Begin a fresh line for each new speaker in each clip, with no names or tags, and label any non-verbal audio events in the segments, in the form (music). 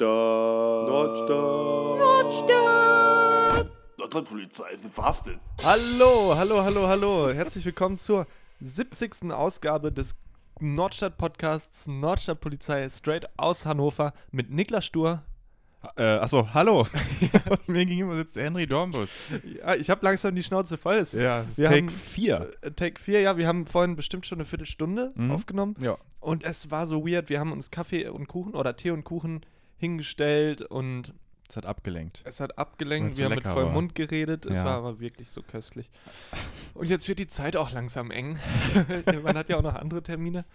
Nordstadt. Nordstadt. Nordstadt.
Nordrhein-Polizei ist verhaftet.
Hallo, hallo, hallo, hallo. Herzlich willkommen zur 70. Ausgabe des Nordstadt-Podcasts Nordstadt-Polizei straight aus Hannover mit Niklas Stur.
Äh, achso, hallo. (laughs) Und mir gegenüber sitzt Henry Dornbusch.
Ja, ich habe langsam die Schnauze voll. Es-
das
wir
Take
haben-
4.
äh, Take 4, ja, wir haben vorhin bestimmt schon eine Viertelstunde
Mhm.
aufgenommen.
Ja.
Und es war so weird. Wir haben uns Kaffee und Kuchen oder Tee und Kuchen hingestellt und
Das hat abgelenkt.
es hat
Weil
abgelenkt.
es
Wir
so
haben mit
lecker
vollem
war.
Mund geredet. Es
Ja.
war aber wirklich so köstlich. Und jetzt wird die Zeit auch langsam
(laughs)
eng. Man hat ja auch noch andere Termine.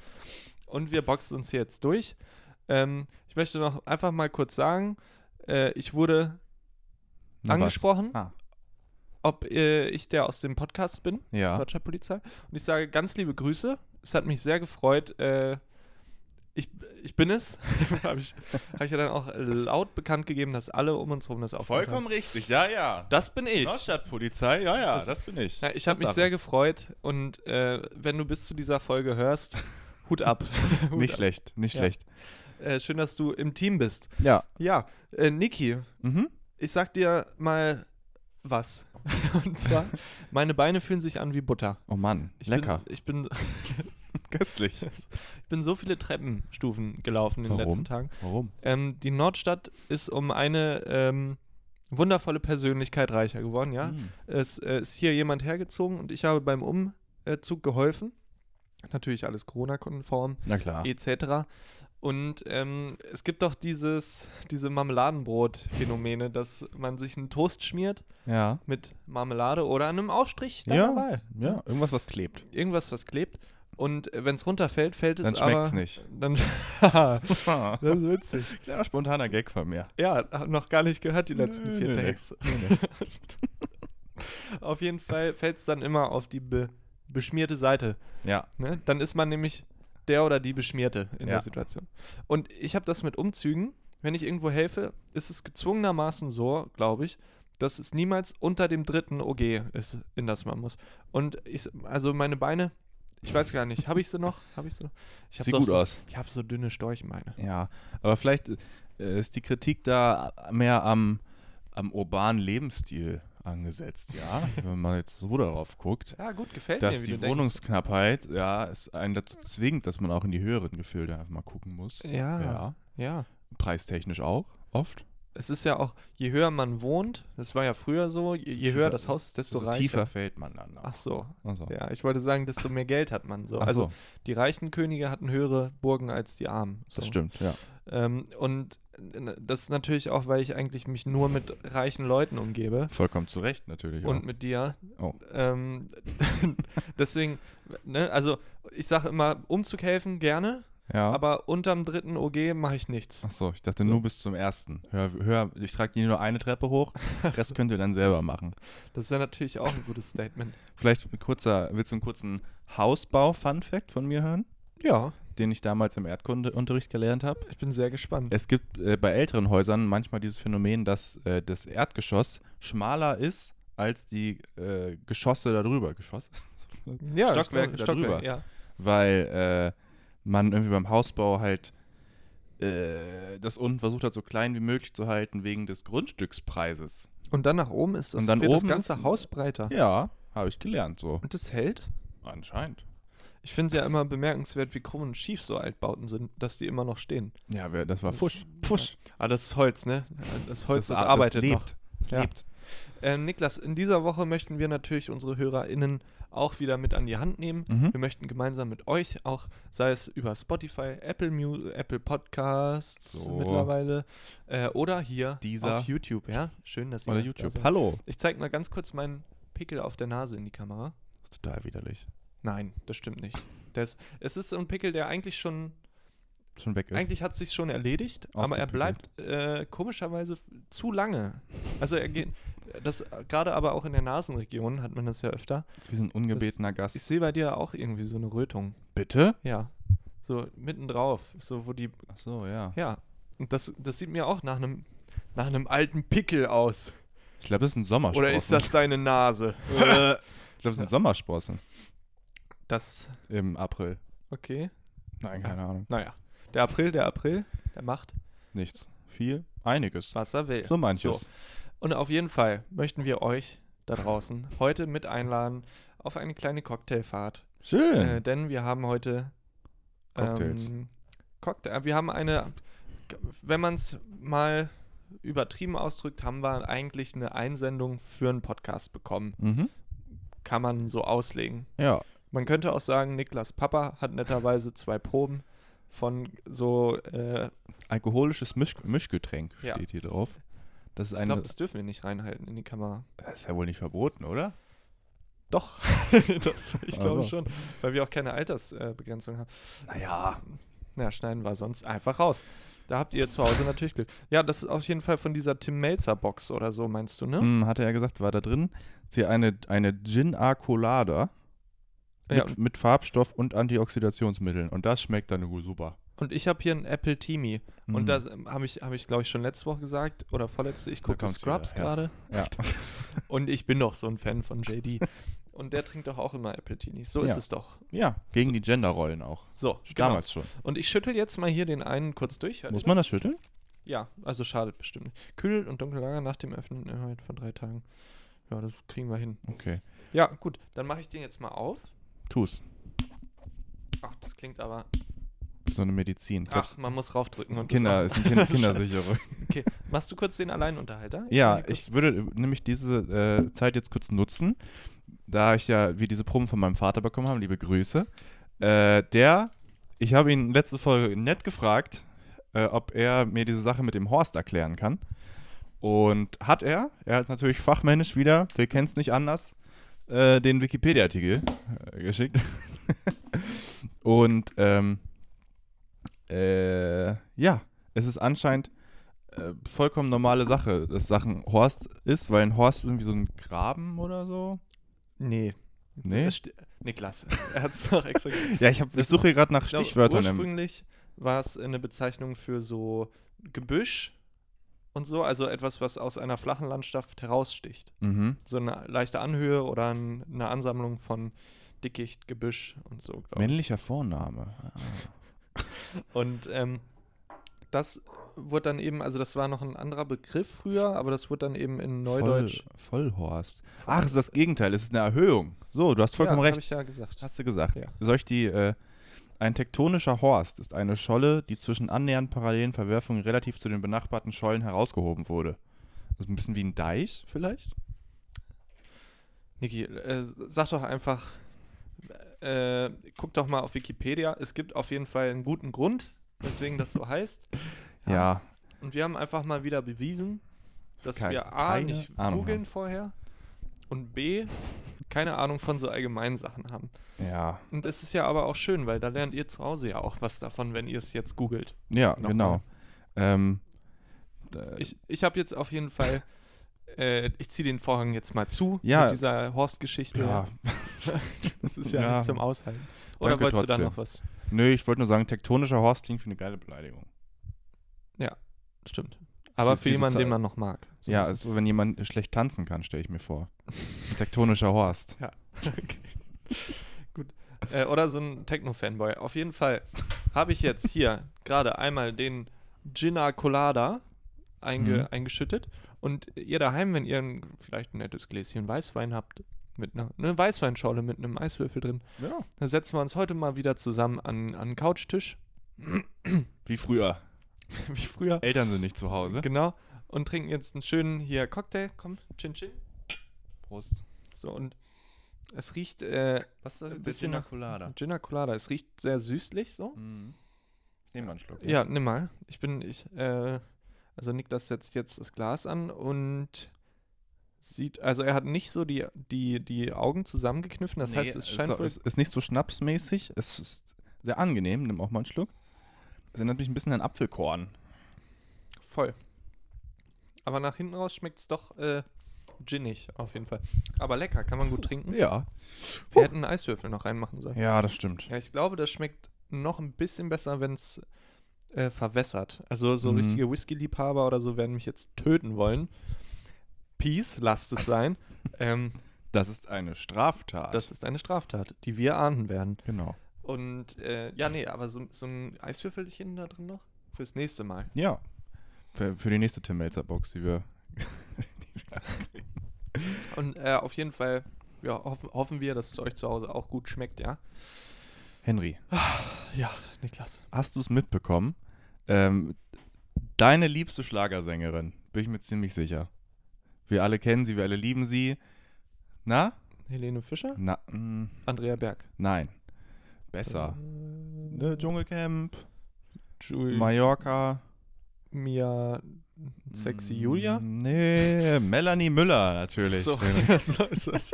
Und wir boxen uns hier jetzt durch. Ähm, ich möchte noch einfach mal kurz sagen, äh, ich wurde
Na was?
angesprochen,
Ah,
ob äh, ich der aus dem Podcast bin.
ja.
Deutscher Polizei. Und ich sage ganz liebe Grüße. Es hat mich sehr gefreut. Äh, ich, ich bin es. (laughs) Habe ich, hab ich ja dann auch laut bekannt gegeben, dass alle um uns herum das auch
Vollkommen richtig, ja, ja.
Das bin ich.
Nordstadtpolizei, ja, ja, das, bin ich.
Ja, ich habe mich
Tatsache.
sehr gefreut und äh, wenn du bis zu dieser Folge
(laughs)
hörst, Hut ab. (laughs) Hut
Nicht
ab.
schlecht, nicht
Ja.
schlecht.
Äh, schön, dass du im Team bist.
Ja.
Ja, äh, Niki,
Mhm.
ich sag dir mal was. (laughs) Und zwar, meine Beine fühlen sich an wie Butter.
Oh Mann,
Ich
(laughs) lecker.
Bin, ich bin (laughs)
Köstlich.
Ich bin so viele Treppenstufen gelaufen in den
Warum?
letzten Tagen.
Warum?
Ähm, die Nordstadt ist um eine ähm, wundervolle Persönlichkeit reicher geworden, ja.
Hm.
Es äh, ist hier jemand hergezogen und ich habe beim Umzug geholfen. Natürlich alles Corona-konform,
Na klar.
etc. Und ähm, es gibt doch dieses, diese Marmeladenbrot-Phänomene, dass man sich einen Toast schmiert
Ja.
mit Marmelade oder einem Aufstrich deiner
Ja,
Wahl.
ja, irgendwas, was klebt.
Irgendwas, was klebt. Und wenn es runterfällt, fällt es
Dann
aber... Ah. (laughs)
schmeckt's nicht. (laughs)
Dann
das
Das ist witzig.
Kleiner spontaner Gag
(laughs)
von mir.
Ja, hab noch gar nicht gehört, die letzten
Nö,
vier
nö, nö.
Takes. auf jeden Fall fällt es dann immer auf die be beschmierte Seite.
Ja.
Ne? Dann ist man nämlich der oder die Beschmierte in
Ja.
der Situation. Und ich habe das mit Umzügen. Wenn ich irgendwo helfe, ist es gezwungenermaßen so, glaube ich, dass es niemals unter dem dritten OG ist, in das man muss. Und ich, also meine Beine, ich weiß gar nicht, habe ich sie noch? Habe ich sie noch? Ich hab
Sieht
doch
gut
so,
aus.
Ich habe so dünne Storchbeine.
Ja, aber vielleicht äh, ist die Kritik da mehr am, am urbanen Lebensstil angesetzt,
(laughs)
ja, wenn man jetzt so darauf guckt,
Ja, gut, gefällt
dass
mir, wie du
die
denkst.
Wohnungsknappheit, ja, es einen dazu zwingt, dass man auch in die höheren Gefilde einfach mal gucken muss.
Ja, ja,
Ja, preistechnisch auch, oft.
Es ist ja auch, je höher man wohnt, das war ja früher so, je, je höher das Haus ist, desto
so
reicher.
Also tiefer fällt man dann. auch.
Ach so.
Also.
Ja, ich wollte sagen, desto mehr Geld hat man so.
Ach
also
so,
die reichen Könige hatten höhere Burgen als die Armen. So.
das stimmt, ja.
Ähm, und äh, das ist natürlich auch, weil ich eigentlich mich nur mit reichen Leuten umgebe
Vollkommen zu Recht natürlich.
und
auch.
mit dir.
Oh.
Ähm, (laughs) deswegen, ne, also ich sage immer, Umzug helfen gerne,
ja.
aber unterm dritten OG mache ich nichts.
Ach so, ich dachte nur bis zum ersten. Hör, hör, ich trage dir nur eine
(laughs)
Treppe hoch, den Rest könnt ihr dann selber machen.
Das ist ja natürlich auch ein gutes Statement.
Vielleicht ein kurzer, willst du einen kurzen Hausbau-Fun-Fact von mir hören,
Ja,
den ich damals im Erdkundeunterricht gelernt habe?
ich bin sehr gespannt.
Es gibt äh, bei älteren Häusern manchmal dieses Phänomen, dass äh, das Erdgeschoss schmaler ist als die äh, Geschosse darüber. Geschoss? (laughs)
Ja,
Stockwerke
ich glaube,
darüber.
Stockwerke, ja.
Weil äh, man irgendwie beim Hausbau halt äh, das unten versucht hat, so klein wie möglich zu halten wegen des Grundstückspreises.
Und dann nach oben ist das,
Und dann
wird
oben
das ganze
ist-
Haus breiter.
Ja, habe ich gelernt so.
Und das hält?
Anscheinend.
Ich finde ja immer bemerkenswert, wie krumm und schief so Altbauten sind, dass die immer noch stehen.
Ja, wer- das war Fusch. Fusch.
Ah, das ist Holz, ne? Das Holz, das,
ar-
arbeitet
lebt.
noch.
Das
Ja.
lebt.
Ähm, Niklas, in dieser Woche möchten wir natürlich unsere HörerInnen auch wieder mit an die Hand nehmen.
Mhm.
Wir möchten gemeinsam mit euch auch, sei es über Spotify, Apple, Mu Apple Podcasts
So.
mittlerweile äh, oder hier
Dieser.
auf YouTube. Ja, schön, dass ihr
Oder
da
YouTube.
seid.
Hallo.
Ich zeig mal ganz kurz meinen Pickel auf der Nase in die Kamera.
Das ist total widerlich.
Nein, das stimmt
(laughs)
nicht. Der ist, es ist so ein Pickel, der eigentlich schon,
Schon weg ist.
eigentlich hat sich schon erledigt, aber er bleibt
Ausgepickelt.
äh, komischerweise f- zu lange. Also er geht, das äh, gerade aber auch in der Nasenregion hat man das ja öfter.
Das ist wie so ein ungebetener
Ich
Gast.
sehe bei dir auch irgendwie so eine Rötung.
Bitte?
Ja, so mittendrauf, so wo die,
Ach so, ja.
ja, und das, das sieht mir auch nach einem, nach einem alten Pickel aus.
Ich glaube, das ist ein Sommersprossen.
Oder ist das deine Nase?
ich glaube, das sind Sommersprossen
(laughs) Das,
im April.
okay,
Nein, keine Ahnung.
naja, der April, der April, der macht.
Nichts. Viel. Einiges.
was er will.
So manches.
Und auf jeden Fall möchten wir euch da draußen heute mit einladen auf eine kleine Cocktailfahrt.
Schön.
Äh, denn wir haben heute
Cocktails.
Ähm, Cocktail. Wir haben eine, wenn man es mal übertrieben ausdrückt, haben wir eigentlich eine Einsendung für einen Podcast bekommen.
mhm.
Kann man so auslegen.
Ja.
Man könnte auch sagen, Niklas Papa hat netterweise zwei Proben von so, äh,
Alkoholisches Misch Mischgetränk
Ja.
steht hier drauf. Das ist
ich
eine.
glaube, das dürfen wir nicht reinhalten in die Kamera.
das ist ja wohl nicht verboten, oder?
Doch, (laughs) das, ich glaube
Also.
schon, weil wir auch keine Altersbegrenzung haben.
Naja.
Na, schneiden wir sonst einfach raus. Da habt ihr zu Hause natürlich Glück. Ja, das ist auf jeden Fall von dieser Tim Melzer Box oder so, meinst du, ne?
Hm, hatte er gesagt, war da drin. Ist hier eine, eine Gin A Colada
Ja,
mit, mit Farbstoff und Antioxidationsmitteln. Und das schmeckt dann gut super.
und ich habe hier einen Apple Timi. Und
Mhm.
das habe ich, hab ich glaube ich, schon letzte Woche gesagt oder vorletzte. Ich gucke
kommt's wieder,
Scrubs
ja.
gerade.
(laughs) Ja.
Und ich bin doch so ein Fan von JD. und der trinkt doch auch immer Apple Tinis. So ist
Ja.
es doch.
ja, gegen die Genderrollen auch.
So, genau.
Damals schon.
Und ich schüttel jetzt mal hier den einen kurz durch. Hört
Muss
ihr
man das schütteln?
Ja, also schadet bestimmt nicht. Kühl und dunkel lagern nach dem Öffnen innerhalb von drei Tagen. Ja, das kriegen wir hin.
Okay.
Ja, gut, dann mache ich den jetzt mal auf.
Tu's.
Ach, das klingt aber.
So eine Medizin. Ich glaub's-
Ach, man muss raufdrücken.
ist ein
das
Kinder,
auf-
ist
(laughs)
ein (laughs) kind, Kindersicherung.
Okay, machst du kurz den Alleinunterhalter?
Ja,
kann die kurz-
ich würde äh, nämlich diese äh, Zeit jetzt kurz nutzen, da ich ja wie diese Proben von meinem Vater bekommen habe, liebe Grüße. Äh, der, ich habe ihn letzte Folge nett gefragt, äh, ob er mir diese Sache mit dem Horst erklären kann. Und hat er, er hat natürlich fachmännisch wieder, wir kennen es nicht anders, äh, den Wikipedia-Artikel äh, geschickt. (laughs) Und ähm, äh, ja, es ist anscheinend äh, vollkommen normale Sache, dass Sachen Horst ist, weil ein Horst ist irgendwie so ein Graben oder so.
Nee.
Nee.
Es ste- Niklas, (laughs) er hat es doch extra gesagt.
Ja, ich, hab, ich suche hier gerade nach
Ich glaube,
Stichwörtern. im-
Ursprünglich war es eine Bezeichnung für so Gebüsch und so, also etwas, was aus einer flachen Landschaft heraussticht.
Mhm.
so eine leichte Anhöhe oder ein, eine Ansammlung von Dickicht, Gebüsch und so. glaub ich.
Männlicher Vorname. Ah,
Und ähm, das wurde dann eben, also das war noch ein anderer Begriff früher, aber das wurde dann eben in Neudeutsch.
Voll, Vollhorst. Ach, ist das Gegenteil, es ist eine Erhöhung. So, du hast vollkommen
ja, Habe
recht.
ich ja gesagt.
Hast du gesagt.
Ja.
Soll ich die, äh, ein tektonischer Horst ist eine Scholle, die zwischen annähernd parallelen Verwerfungen relativ zu den benachbarten Schollen herausgehoben wurde. Das ist ein bisschen wie ein Deich vielleicht?
Niki, äh, sag doch einfach, äh, guck doch mal auf Wikipedia. Es gibt auf jeden Fall einen guten Grund, weswegen das
(laughs)
so heißt. Ja.
ja.
Und wir haben einfach mal wieder bewiesen, dass
Ke-
wir A,
keine
nicht
Ahnung
googeln
haben.
vorher und B, keine Ahnung von so allgemeinen Sachen haben.
Ja.
Und es ist ja aber auch schön, weil da lernt ihr zu Hause ja auch was davon, wenn ihr es jetzt googelt.
Ja,
Nochmal.
genau. Ähm, da-
Ich, ich habe jetzt auf jeden
(laughs)
Fall, äh, ich ziehe den Vorhang jetzt mal zu
Ja.
mit dieser Horst-Geschichte.
ja,
Das ist ja,
Ja.
nicht zum Aushalten. Oder
Danke
wolltest du da
trotzdem.
noch was?
nö, ich wollte nur sagen, tektonischer Horst klingt wie eine geile Beleidigung.
Stimmt. Aber
ist
für
diese
jemanden,
Zeit.
den man noch mag. So
ja,
ist
also wenn jemand schlecht tanzen kann, stelle ich mir vor. Das ist ein tektonischer Horst.
Okay. (laughs) Gut. Äh, oder so ein Techno-Fanboy. Auf jeden Fall habe ich jetzt hier gerade einmal den Gina Colada einge
Mhm.
eingeschüttet. Und ihr daheim, wenn ihr ein, vielleicht ein nettes Gläschen Weißwein habt, mit einer ne Weißweinschorle mit einem Eiswürfel drin,
Ja.
dann setzen wir uns heute mal wieder zusammen an, an einen Couchtisch, (laughs)
Wie früher.
wie früher.
Eltern sind nicht zu Hause.
Genau. Und trinken jetzt einen schönen hier Cocktail. Komm, Chin Chin.
Prost.
So, und es riecht äh,
Was ist das?
Ein bisschen nach-
Colada.
Gina Colada. Es riecht sehr süßlich so.
Mhm. Ich nehme mal einen Schluck.
Ja, nimm mal. Ich bin, ich, äh, also Niklas setzt jetzt das Glas an und sieht, also er hat nicht so die, die, die Augen zusammengekniffen, das heißt, es scheint
ist,
wohl,
ist, ist nicht so schnapsmäßig. Es ist sehr angenehm. Nimm auch mal einen Schluck. Es erinnert mich ein bisschen an Apfelkorn.
voll. Aber nach hinten raus schmeckt es doch äh, ginnig, auf jeden Fall. Aber lecker, kann man gut trinken.
Ja.
Wir hätten einen Eiswürfel noch reinmachen sollen.
Ja, das stimmt.
Ja, ich glaube, das schmeckt noch ein bisschen besser, wenn es äh, verwässert. Also so
Mhm.
richtige Whisky-Liebhaber oder so werden mich jetzt töten wollen. Peace, lasst es
(laughs)
sein. ähm,
Das ist eine Straftat.
Das ist eine Straftat, die wir ahnden werden.
genau.
Und äh, ja, nee, aber so, so ein Eiswürfelchen da drin noch? Fürs nächste Mal.
Ja. Für, für die nächste Tim Melzer Box, die wir. die wir kriegen.
Und äh, auf jeden Fall ja, hoffen, hoffen wir, dass es euch zu Hause auch gut schmeckt, ja?
Henry,
Ja, Niklas.
hast du es mitbekommen? Ähm, deine liebste Schlagersängerin, bin ich mir ziemlich sicher. Wir alle kennen sie, wir alle lieben sie. Na?
Helene Fischer?
Na, mm,
Andrea Berg.
nein. Besser.
Äh,
Ne, Dschungelcamp,
Jul
Mallorca.
Mia Sexy Julia?
Nee, Melanie Müller Mm, natürlich.
So, (laughs) so ist das.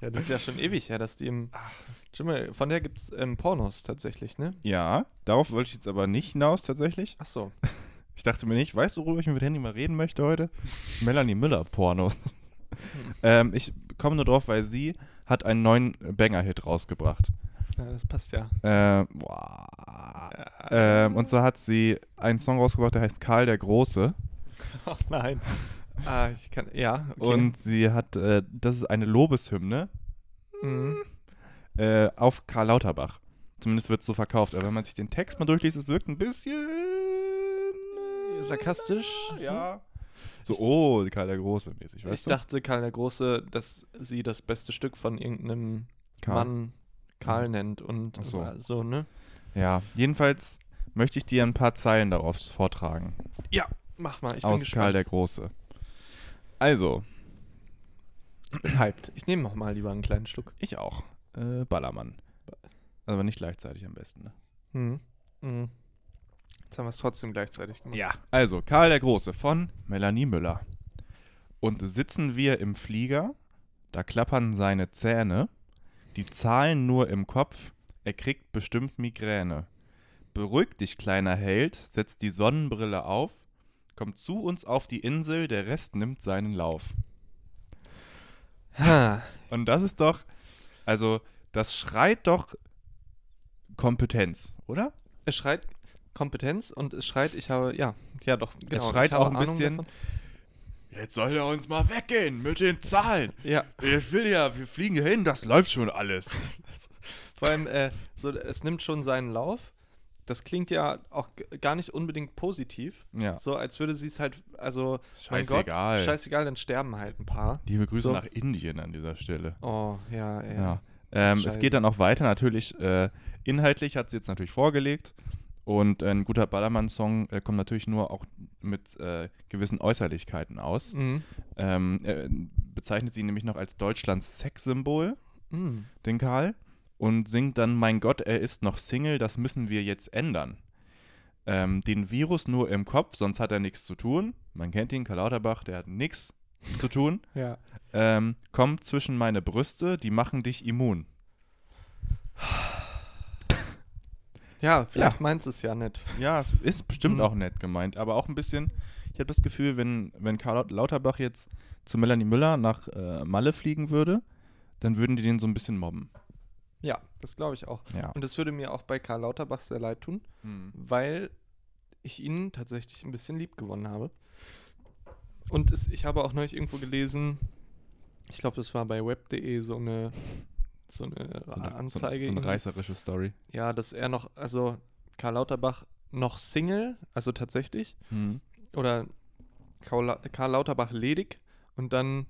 Ja, das ist ja schon ewig her, dass die im. Stimmt, mal, von der gibt es ähm, Pornos tatsächlich, ne?
Ja, darauf wollte ich jetzt aber nicht hinaus tatsächlich.
Ach so.
Ich dachte mir nicht, weißt du, worüber ich mit Handy mal reden möchte heute? Melanie
(laughs)
Müller Pornos. ähm, ich komme nur drauf, weil sie hat einen neuen Banger-Hit rausgebracht.
Ja, das passt ja. (laughs)
Ähm, boah. ähm, und zwar hat sie einen Song rausgebracht, der heißt Karl der Große.
Oh nein. Ah, ich kann. Ja, okay.
Und sie hat, äh, das ist eine Lobeshymne
Mhm.
äh, auf Karl Lauterbach. Zumindest wird es so verkauft. Aber wenn man sich den Text mal durchliest, es wirkt ein bisschen. äh,
Sarkastisch?
Ja. So, oh, Karl der Große mäßig,
Ich
weißt du?
dachte, Karl der Große, dass sie das beste Stück von irgendeinem
Karl. Mhm.
Mann Karl nennt und
Ach so.
so. so, ne?
Ja, jedenfalls möchte ich dir ein paar Zeilen darauf vortragen.
Ja, mach mal. Ich bin
aus Karl
gespannt.
der Große. Also,
Hyped. (laughs) Ich nehme noch mal lieber einen kleinen Schluck.
ich auch. Äh, Ballermann. Aber nicht gleichzeitig am besten, ne?
Mhm. Mhm. Jetzt haben wir es trotzdem gleichzeitig gemacht.
Ja. Also, Karl der Große von Melanie Müller. Und sitzen wir im Flieger, da klappern seine Zähne, die Zahlen nur im Kopf, er kriegt bestimmt Migräne. Beruhig dich, kleiner Held, setzt die Sonnenbrille auf, kommt zu uns auf die Insel, der Rest nimmt seinen Lauf.
Ha.
Und das ist doch, also, das schreit doch Kompetenz, oder?
Es schreit Kompetenz und es schreit, ich habe, ja, ja doch, genau.
schreit
ich habe
auch ein
Ahnung
bisschen-
davon.
Jetzt soll er uns mal weggehen mit den Zahlen.
Ja,
Ich will ja, wir fliegen hier hin, das läuft schon alles.
vor allem, äh, so, es nimmt schon seinen Lauf. Das klingt ja auch g- gar nicht unbedingt positiv.
Ja.
So, als würde sie es halt, also, mein
Scheißegal.
Gott, scheißegal, dann sterben halt ein paar.
Liebe Grüße
So.
nach Indien an dieser Stelle.
Oh, ja, ey.
Ja.
Das
Ähm,
ist
es
scheiße.
geht dann auch weiter, natürlich. Äh, inhaltlich hat sie jetzt natürlich vorgelegt. Und ein guter Ballermann-Song äh, kommt natürlich nur auch mit äh, gewissen Äußerlichkeiten aus.
Mhm.
Ähm, äh, bezeichnet sie nämlich noch als Deutschlands Sexsymbol,
Mhm.
den Karl. Und singt dann: Mein Gott, er ist noch Single, das müssen wir jetzt ändern. Ähm, den Virus nur im Kopf, sonst hat er nichts zu tun. Man kennt ihn, Karl Lauterbach, der hat nichts zu tun.
Ja.
Ähm, komm zwischen meine Brüste, die machen dich immun.
Ja, vielleicht
Ja.
meinst du es ja nicht.
Ja, es ist bestimmt
Mhm.
auch nett gemeint, aber auch ein bisschen. Ich habe das Gefühl, wenn, wenn Karl Laut- Lauterbach jetzt zu Melanie Müller nach äh, Malle fliegen würde, dann würden die den so ein bisschen mobben.
Ja, das glaube ich auch.
Ja. Mhm.
Und das würde mir auch bei Karl Lauterbach sehr leid tun, weil ich ihn tatsächlich ein bisschen lieb gewonnen habe. Und es, ich habe auch neulich irgendwo gelesen, ich glaube, das war bei web.de so eine, so eine,
So eine,
Anzeige.
So, so eine
irgendwie.
reißerische Story.
ja, dass er noch, also Karl Lauterbach noch Single, also tatsächlich, oder Karl, La- Karl Lauterbach ledig und dann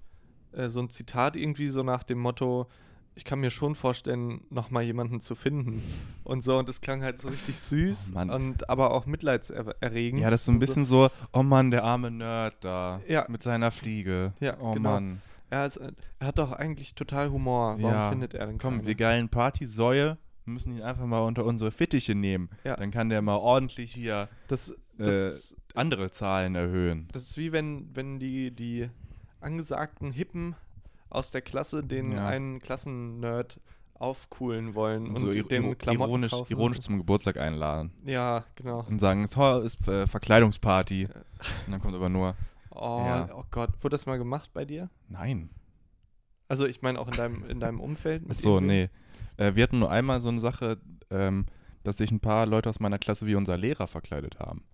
äh, so ein Zitat irgendwie so nach dem Motto, ich kann mir schon vorstellen, nochmal jemanden zu finden und so und das klang halt so richtig süß
Oh Mann.
und aber auch mitleidserregend.
Ja, das ist so ein
und
bisschen so, oh Mann, der arme Nerd da
Ja.
mit seiner Fliege.
Ja,
oh
genau.
Mann.
Er, ist, er hat doch eigentlich total Humor. Warum
Ja. ne?
findet er denn
Komm,
keine?
wir geilen Partysäue müssen ihn einfach mal unter unsere Fittiche nehmen.
Ja.
Dann kann der mal ordentlich hier
Das, das,
äh,
ist,
andere Zahlen erhöhen.
das ist wie wenn, wenn die, die angesagten Hippen aus der Klasse den
Ja.
einen Klassennerd aufcoolen wollen und,
so ir-
dem
ir-
Klamotten
ironisch,
kaufen.
ironisch zum Geburtstag einladen
Ja, genau.
und sagen, es ho- ist äh, Verkleidungsparty. Und dann kommt aber nur,
Oh,
Ja.
oh Gott, wurde das mal gemacht bei dir?
nein.
Also ich meine auch in deinem, in deinem Umfeld. mit
Achso,
irgendwem?
nee. Äh, wir hatten nur einmal so eine Sache, ähm, dass sich ein paar Leute aus meiner Klasse wie unser Lehrer verkleidet haben.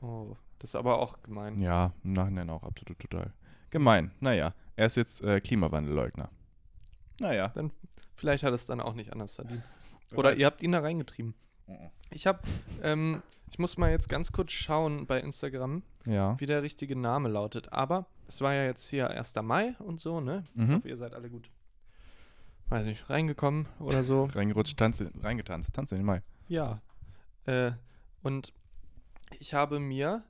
Oh, das ist aber auch gemein.
Ja, im Nachhinein auch absolut total. Gemein. Naja, er ist jetzt äh, Klimawandelleugner. Naja.
Dann vielleicht hat es dann auch nicht anders verdient.
Wer
Oder
weiß. Mhm.
ihr habt ihn da reingetrieben. Ich habe, ähm, ich muss mal jetzt ganz kurz schauen bei Instagram,
Ja.
wie der richtige Name lautet. Aber es war ja jetzt hier 1. Mai und so, ne? Ich
Mhm.
hoffe, ihr seid alle gut. Weiß nicht, reingekommen oder so.
Reingerutscht, Tanz, reingetanzt, Tanz in den Mai.
ja. Äh, und ich habe mir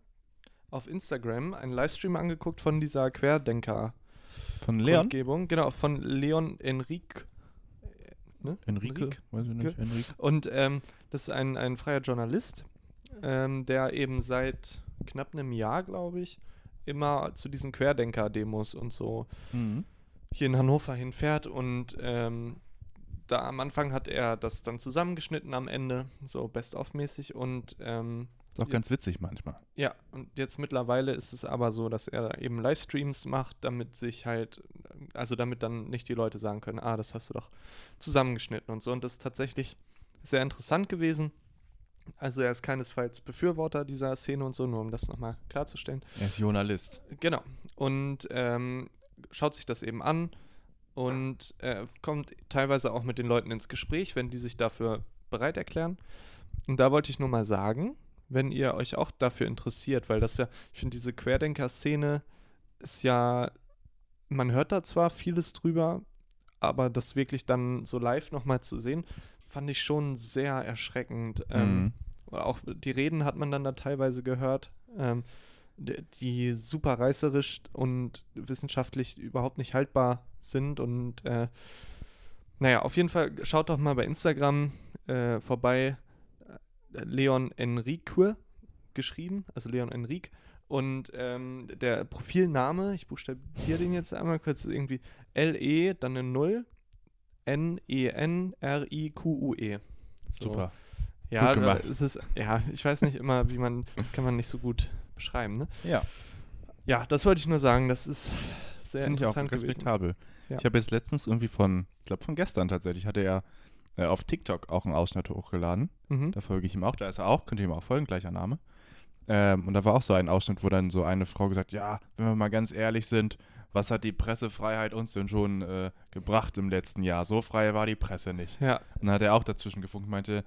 auf Instagram einen Livestream angeguckt von dieser Querdenker.
Von Leon?
Kundgebung, genau, von Leon Enrique. Ne?
Weiß ich nicht. Enrique.
Und ähm, das ist ein, ein freier Journalist, ähm, der eben seit knapp einem Jahr, glaube ich, immer zu diesen Querdenker-Demos und so
Mhm.
hier in Hannover hinfährt und ähm, da am Anfang hat er das dann zusammengeschnitten am Ende, so best-of-mäßig und ähm,
Ist auch ganz witzig manchmal.
ja, und jetzt mittlerweile ist es aber so, dass er da eben Livestreams macht, damit sich halt, also damit dann nicht die Leute sagen können, ah, das hast du doch zusammengeschnitten und so. Und das ist tatsächlich sehr interessant gewesen. Also er ist keinesfalls Befürworter dieser Szene und so, nur um das nochmal klarzustellen.
Er ist Journalist.
Genau. Und ähm, schaut sich das eben an und äh, kommt teilweise auch mit den Leuten ins Gespräch, wenn die sich dafür bereit erklären. Und da wollte ich nur mal sagen, wenn ihr euch auch dafür interessiert, weil das ja, ich finde, diese Querdenker-Szene ist ja, man hört da zwar vieles drüber, aber das wirklich dann so live nochmal zu sehen, fand ich schon sehr erschreckend. Ähm,
Mhm.
oder auch die Reden hat man dann da teilweise gehört, ähm, d- die super reißerisch und wissenschaftlich überhaupt nicht haltbar sind. Und äh, naja, auf jeden Fall schaut doch mal bei Instagram äh, vorbei. Äh, Leon Enrique geschrieben, also Leon Enrique. Und ähm, der Profilname, ich buchstabiere den jetzt einmal kurz, ist irgendwie L-E, dann eine Null, E N-E-N-R-I-Q-U-E. E. So.
Super.
Ja,
Gut
da
gemacht.
Ist es, ja, ich weiß nicht immer, wie man, das kann man nicht so gut beschreiben, ne?
Ja,
Ja, das wollte ich nur sagen, das ist sehr
finde ich auch
interessant gewesen.
respektabel.
Ja.
Ich habe jetzt letztens irgendwie von, ich glaube von gestern tatsächlich, hatte er äh, auf TikTok auch einen Ausschnitt hochgeladen.
Mhm.
Da folge ich ihm auch, da ist er auch, könnt ihr ihm auch folgen, gleicher Name. Ähm, und da war auch so ein Ausschnitt, wo dann so eine Frau gesagt, ja, wenn wir mal ganz ehrlich sind, was hat die Pressefreiheit uns denn schon äh, gebracht im letzten Jahr? So frei war die Presse nicht.
Ja,
Und dann hat er auch dazwischen gefunkt und meinte,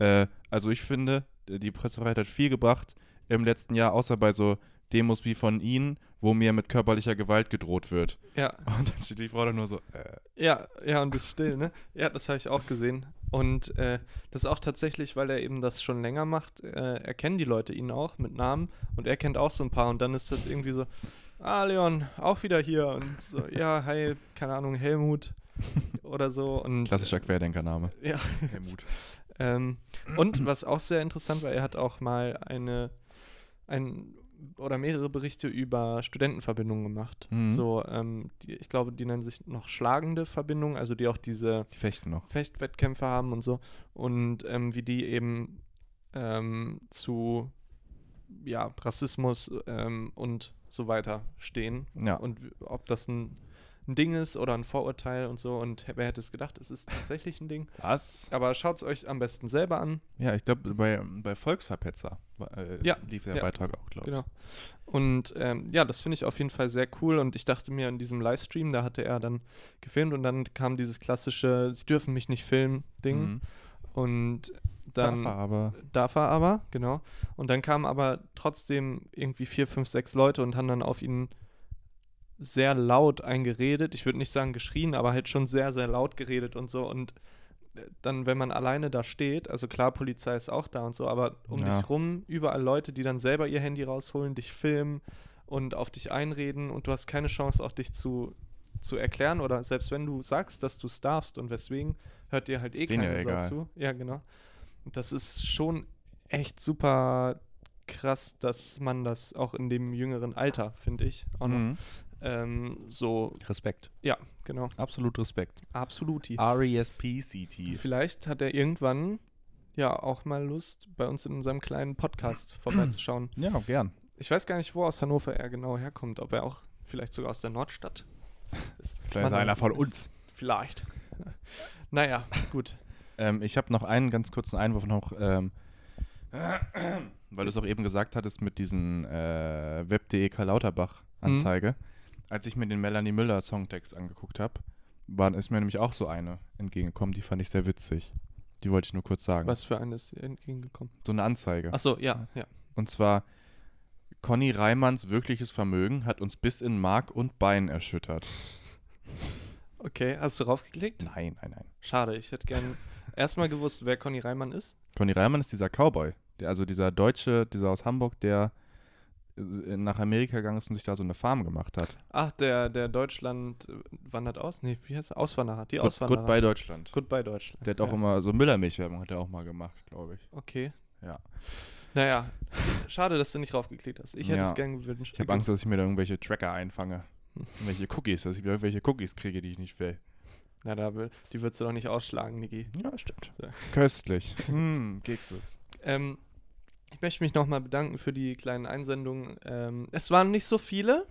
äh, also ich finde, die Pressefreiheit hat viel gebracht im letzten Jahr, außer bei so Demos wie von Ihnen, wo mir mit körperlicher Gewalt gedroht wird.
ja,
Und dann steht die Frau dann nur so, äh,
ja, ja, und bist still, ne? Ja, das habe ich auch gesehen. Und äh, das ist auch tatsächlich, weil er eben das schon länger macht, äh, erkennen die Leute ihn auch mit Namen und er kennt auch so ein paar und dann ist das irgendwie so, ah, Leon, auch wieder hier und so, ja, hi, keine Ahnung,
(laughs)
Helmut oder so und
klassischer Querdenkername.
ja,
Helmut.
(laughs) Ähm, und was auch sehr interessant war, er hat auch mal eine ein, oder mehrere Berichte über Studentenverbindungen gemacht.
Mhm.
So, ähm, die, ich glaube, die nennen sich noch schlagende Verbindungen, also die auch diese
Die fechten noch.
Fechtwettkämpfe haben und so. Und ähm, wie die eben ähm, zu ja, Rassismus ähm, und so weiter stehen.
Ja.
Und w- ob das ein, ein Ding ist oder ein Vorurteil und so. Und wer hätte es gedacht, es ist tatsächlich ein Ding.
Was?
Aber schaut es euch am besten selber an.
Ja, ich glaube, bei, bei Volksverpetzer äh,
Ja,
lief der
ja.
Beitrag auch, glaube ich.
Genau. Und ähm, ja, das finde ich auf jeden Fall sehr cool. Und ich dachte mir in diesem Livestream, da hatte er dann gefilmt und dann kam dieses klassische Sie dürfen mich nicht filmen Ding.
Mhm.
Und dann
Darf er aber.
darf er aber, genau. Und dann kamen aber trotzdem irgendwie vier, fünf, sechs Leute und haben dann auf ihn sehr laut eingeredet. Ich würde nicht sagen geschrien, aber halt schon sehr, sehr laut geredet und so. Und äh, dann, wenn man alleine da steht, also klar, Polizei ist auch da und so, aber um
Ja.
dich rum überall Leute, die dann selber ihr Handy rausholen, dich filmen und auf dich einreden und du hast keine Chance, auch dich zu, zu erklären oder selbst wenn du sagst, dass du es darfst und weswegen, hört dir halt eh
Ist denen ja
keine Sau
egal.
zu. Ja, genau. Das ist schon echt super krass, dass man das auch in dem jüngeren Alter, finde ich, auch noch
Mhm.
ähm, so,
Respekt. E
ja, genau,
Absolut Respekt.
absoluti.
R-E-S-P-C-T.
Vielleicht hat er irgendwann ja auch mal Lust, bei uns in unserem kleinen
(clears throat)
Podcast vorbeizuschauen.
Ja, gern.
Ich weiß gar nicht, wo aus Hannover er genau herkommt, ob er auch vielleicht sogar aus der
(laughs)
Nordstadt.
Vielleicht ist
Man-
einer von uns.
Vielleicht. Naja, gut.
Ähm, ich habe noch einen ganz kurzen Einwurf noch, ähm, (clears throat) weil du es auch eben gesagt hattest mit diesen äh, Web.de Karl Lauterbach-Anzeige. Als ich mir den Melanie Müller Songtext angeguckt habe, ist mir nämlich auch so eine entgegengekommen, die fand ich sehr witzig. Die wollte ich nur kurz sagen.
Was für eine ist dir entgegengekommen?
So eine Anzeige.
Achso, ja, ja.
Und zwar, Conny Reimanns wirkliches Vermögen hat uns bis in Mark und Bein erschüttert.
Okay, hast du raufgeklickt?
Nein, nein, nein.
Schade, ich hätte gern erstmal gewusst, wer Conny Reimann ist.
Conny Reimann ist dieser Cowboy. Der, also dieser Deutsche, dieser aus Hamburg, der äh, nach Amerika gegangen ist und sich da so eine Farm gemacht hat.
Ach, der, der Deutschland äh, wandert aus? Nee, wie heißt er? Auswanderer. Die
Good,
Auswanderer.
goodbye Deutschland.
Goodbye Deutschland.
Der hat auch
ja.
immer so Müllermilchwerbung hat er auch mal gemacht, glaube ich.
Okay.
Ja.
Naja, schade, dass du nicht raufgeklickt hast. Ich hätte
Ja.
es gern gewünscht.
Ich habe Angst, dass ich mir da irgendwelche Tracker
(laughs)
einfange. Irgendwelche Cookies, dass ich wieder irgendwelche Cookies kriege, die ich nicht will.
Na, da, will- die würdest du doch nicht ausschlagen, Niki.
Ja, stimmt.
So.
Köstlich. Hm, Kekse.
Ähm, ich möchte mich nochmal bedanken für die kleinen Einsendungen. Ähm, es waren nicht so
(laughs)
viele,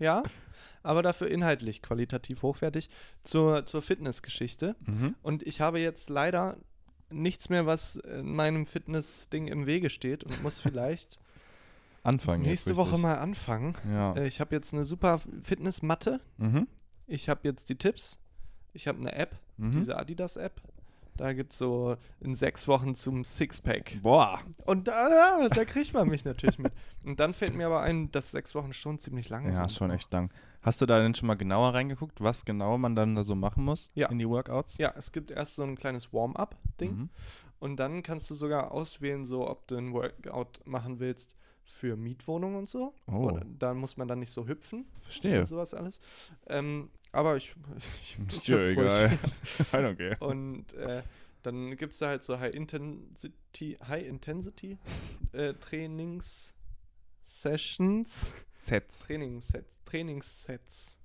ja, aber dafür inhaltlich qualitativ hochwertig zur, zur Fitnessgeschichte.
Mhm.
Und ich habe jetzt leider nichts mehr, was in meinem Fitness-Ding im Wege steht und muss vielleicht
Anfangen. (laughs) jetzt
nächste
richtig.
Woche mal anfangen.
Ja.
Äh, Ich habe jetzt eine super Fitnessmatte.
Mhm.
Ich habe jetzt die Tipps. Ich habe eine App,
Mhm.
diese Adidas-App. Da gibt es so in sechs Wochen zum Sixpack.
Boah.
Und da, da, da kriegt man mich natürlich mit. Und dann fällt mir aber ein, dass sechs Wochen schon ziemlich lang sind.
Ja, schon echt lang. Hast du da denn schon mal genauer reingeguckt, was genau man dann da so machen muss
Ja.
in die Workouts?
Ja, es gibt erst so ein kleines Warm-up-Ding.
Mhm.
Und dann kannst du sogar auswählen, so ob du ein Workout machen willst für Mietwohnungen und so.
Oh.
Und dann muss man dann nicht so hüpfen
Verstehe.
und sowas alles. Ähm, aber ich, (laughs) ich, ich
Ist dir
hüpf ruhig.
egal. (laughs) I don't care.
Und äh, dann gibt es da halt so High-Intensity, äh, High-Intensity-Trainings. Sessions.
Sets.
Trainingssets. Trainingssets.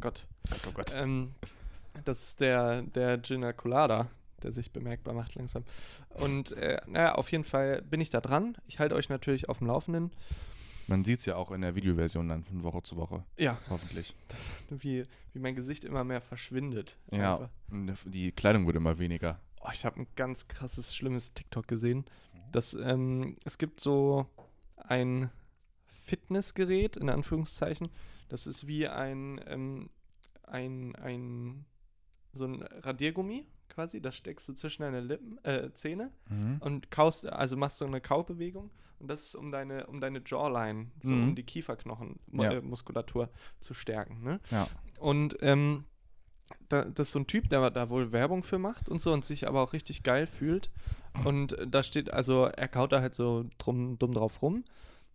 Gott.
(laughs) Oh Gott.
Ähm, das ist der, der Gina Colada, der sich bemerkbar macht langsam. Und äh, naja, auf jeden Fall bin ich da dran. Ich halte euch natürlich auf dem Laufenden.
Man sieht es ja auch in der Videoversion dann von Woche zu Woche,
Ja,
hoffentlich.
wie, wie mein Gesicht immer mehr verschwindet.
Ja.
Einfach.
Die Kleidung wurde immer weniger.
Oh, ich habe ein ganz krasses, schlimmes TikTok gesehen.
Mhm.
Das, ähm, es gibt so ein Fitnessgerät, in Anführungszeichen. Das ist wie ein, ähm, ein, ein, so ein Radiergummi quasi. Das steckst du zwischen deine Lippen, äh, Zähne
Mhm.
und kaust, also machst so eine Kaubewegung. Und das ist, um deine, um deine Jawline, so
Mhm.
um die Kieferknochenmuskulatur
Ja.
äh, Muskulatur zu stärken. Ne?
Ja.
Und ähm, da, das ist so ein Typ, der da wohl Werbung für macht und so und sich aber auch richtig geil fühlt. Und äh, da steht, also er kaut da halt so drum, dumm drauf rum.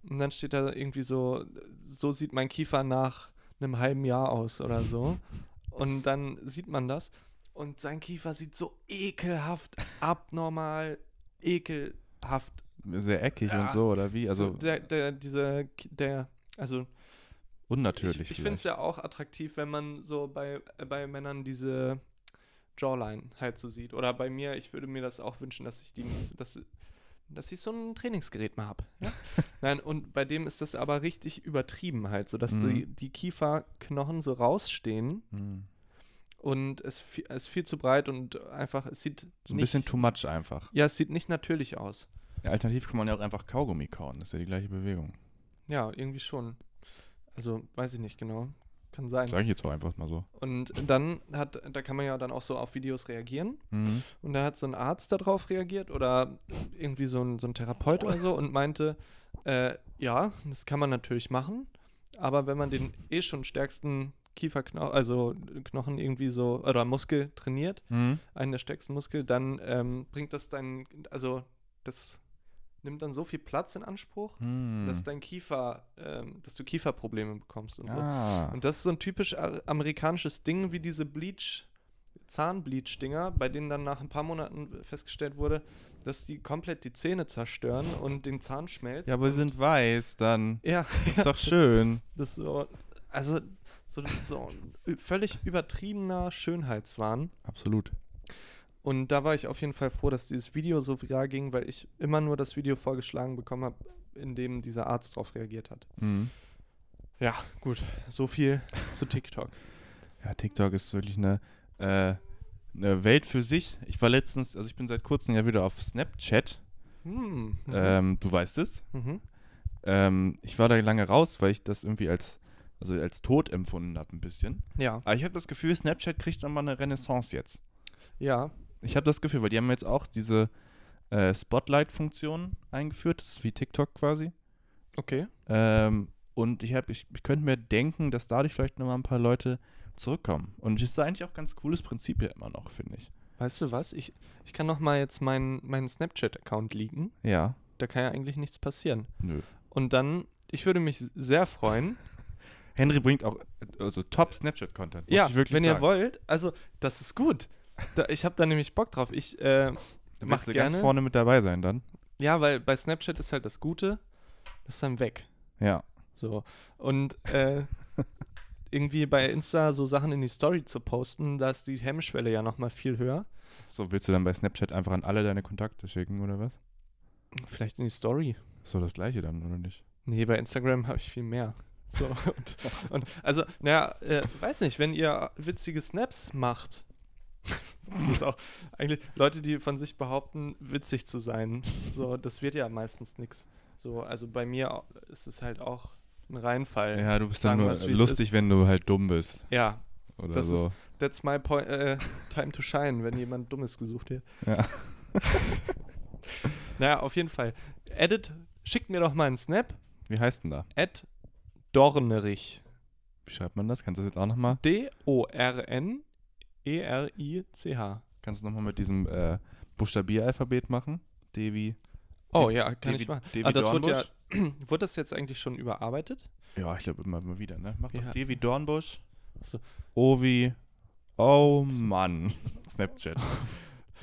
Und dann steht da irgendwie so, so sieht mein Kiefer nach einem halben Jahr aus oder so. Und dann sieht man das. Und sein Kiefer sieht so ekelhaft, abnormal, ekelhaft
Sehr eckig
Ja.
und so, oder wie? Also
so, der, der, dieser, Ki- der, also
unnatürlich.
ich, ich finde es ja auch attraktiv, wenn man so bei, äh, bei Männern diese Jawline halt so sieht. Oder bei mir, ich würde mir das auch wünschen, dass ich die, dass, dass ich so ein Trainingsgerät mal habe.
(laughs)
Ja? Nein, und bei dem ist das aber richtig übertrieben halt, so dass die,
Mhm.
die Kieferknochen so rausstehen
vielleicht. Mhm.
und es, vi- es ist viel zu breit und einfach, es sieht
So ein
nicht,
bisschen too much einfach.
ja, es sieht nicht natürlich aus.
Ja, alternativ kann man ja auch einfach Kaugummi kauen. Das ist ja die gleiche Bewegung.
Ja, irgendwie schon. Also, weiß ich nicht genau. Kann sein.
Sag ich jetzt auch einfach mal so.
Und dann hat, da kann man ja dann auch so auf Videos reagieren.
Mhm.
Und da hat so ein Arzt darauf reagiert oder irgendwie so ein, so ein Therapeut oder so und meinte, äh, ja, das kann man natürlich machen, aber wenn man den eh schon stärksten Kieferknochen, also Knochen irgendwie so, oder Muskel trainiert,
Mhm.
einen der stärksten Muskel, dann ähm, bringt das dein, also das nimmt dann so viel Platz in Anspruch,
Mhm.
dass dein Kiefer, ähm, dass du Kieferprobleme bekommst und so.
ah.
Und das ist so ein typisch a- amerikanisches Ding, wie diese Bleach, Zahnbleach-Dinger, bei denen dann nach ein paar Monaten festgestellt wurde, dass die komplett die Zähne zerstören und den Zahn schmelzt.
Ja, aber sie sind weiß, dann
(laughs) ja,
(laughs) ist doch schön.
das ist so, also so, so ein ü- völlig übertriebener Schönheitswahn.
Absolut.
Und da war ich auf jeden Fall froh, dass dieses Video so viral ging, weil ich immer nur das Video vorgeschlagen bekommen habe, in dem dieser Arzt drauf reagiert hat.
Mhm.
Ja, gut, so viel zu TikTok.
(laughs) Ja, TikTok ist wirklich eine, äh, eine Welt für sich. Ich war letztens, also ich bin seit kurzem ja wieder auf Snapchat.
Hm. Mhm.
Ähm, du weißt es.
Mhm.
Ähm, ich war da lange raus, weil ich das irgendwie als, also als tot empfunden habe ein bisschen.
Ja,
Aber ich habe das Gefühl, Snapchat kriegt nochmal eine Renaissance jetzt.
ja.
Ich habe das Gefühl, weil die haben jetzt auch diese äh, Spotlight-Funktion eingeführt. Das ist wie TikTok quasi.
Okay.
Ähm, und ich, hab, ich, ich könnte mir denken, dass dadurch vielleicht nochmal ein paar Leute zurückkommen. Und es ist eigentlich auch ein ganz cooles Prinzip ja immer noch, finde ich.
Weißt du was? Ich, ich kann noch mal jetzt meinen meinen Snapchat-Account liegen.
Ja.
Da kann ja eigentlich nichts passieren.
Nö.
Und dann, ich würde mich sehr
(laughs)
freuen.
Henry bringt auch äh, also top Snapchat-Content. muss
ja,
ich wirklich
wenn
sagen.
ihr wollt. Also, das ist gut. Da, ich habe da nämlich Bock drauf. Ich äh,
Dann
mach
willst du
gerne.
ganz vorne mit dabei sein dann.
Ja, weil bei Snapchat ist halt das Gute, das ist dann weg.
Ja.
So. Und
(laughs)
äh, irgendwie bei Insta so Sachen in die Story zu posten, da ist die Hemmschwelle ja nochmal viel höher.
So, willst du dann bei Snapchat einfach an alle deine Kontakte schicken oder was?
Vielleicht in die Story.
Ist doch das gleiche dann, oder nicht?
Nee, bei Instagram habe ich viel mehr. So, (laughs) und, und also, naja, äh, weiß nicht, wenn ihr witzige Snaps macht, das ist auch eigentlich Leute, die von sich behaupten, witzig zu sein, so, das wird ja meistens nix. So, also bei mir au- ist es halt auch ein Reinfall.
Ja, du bist
Sagen
dann nur
wir's, wie es
lustig,
ist.
wenn du halt dumm bist.
Ja,
Oder
Das
so.
that's my point, äh, time to shine, wenn jemand Dummes gesucht wird.
ja.
Naja, auf jeden Fall. Edit, schickt mir doch mal einen Snap.
Wie heißt denn da?
Ed Dornerich.
Wie schreibt man das? Kannst du das jetzt auch nochmal?
D-O-R-N-E-R-I-C-H.
Kannst du nochmal mit diesem äh, Buchstabieralphabet machen? D wie?
Oh
Dav-
ja, kann
David-
ich machen.
David
ah, das wurde, ja,
Dornbusch?
(clears throat) wurde das jetzt eigentlich schon überarbeitet?
Ja, ich glaube immer mal wieder, ne? Mach
Ja.
doch D wie Dornbusch.
So.
O wie. Oh
(laughs)
Mann. Snapchat.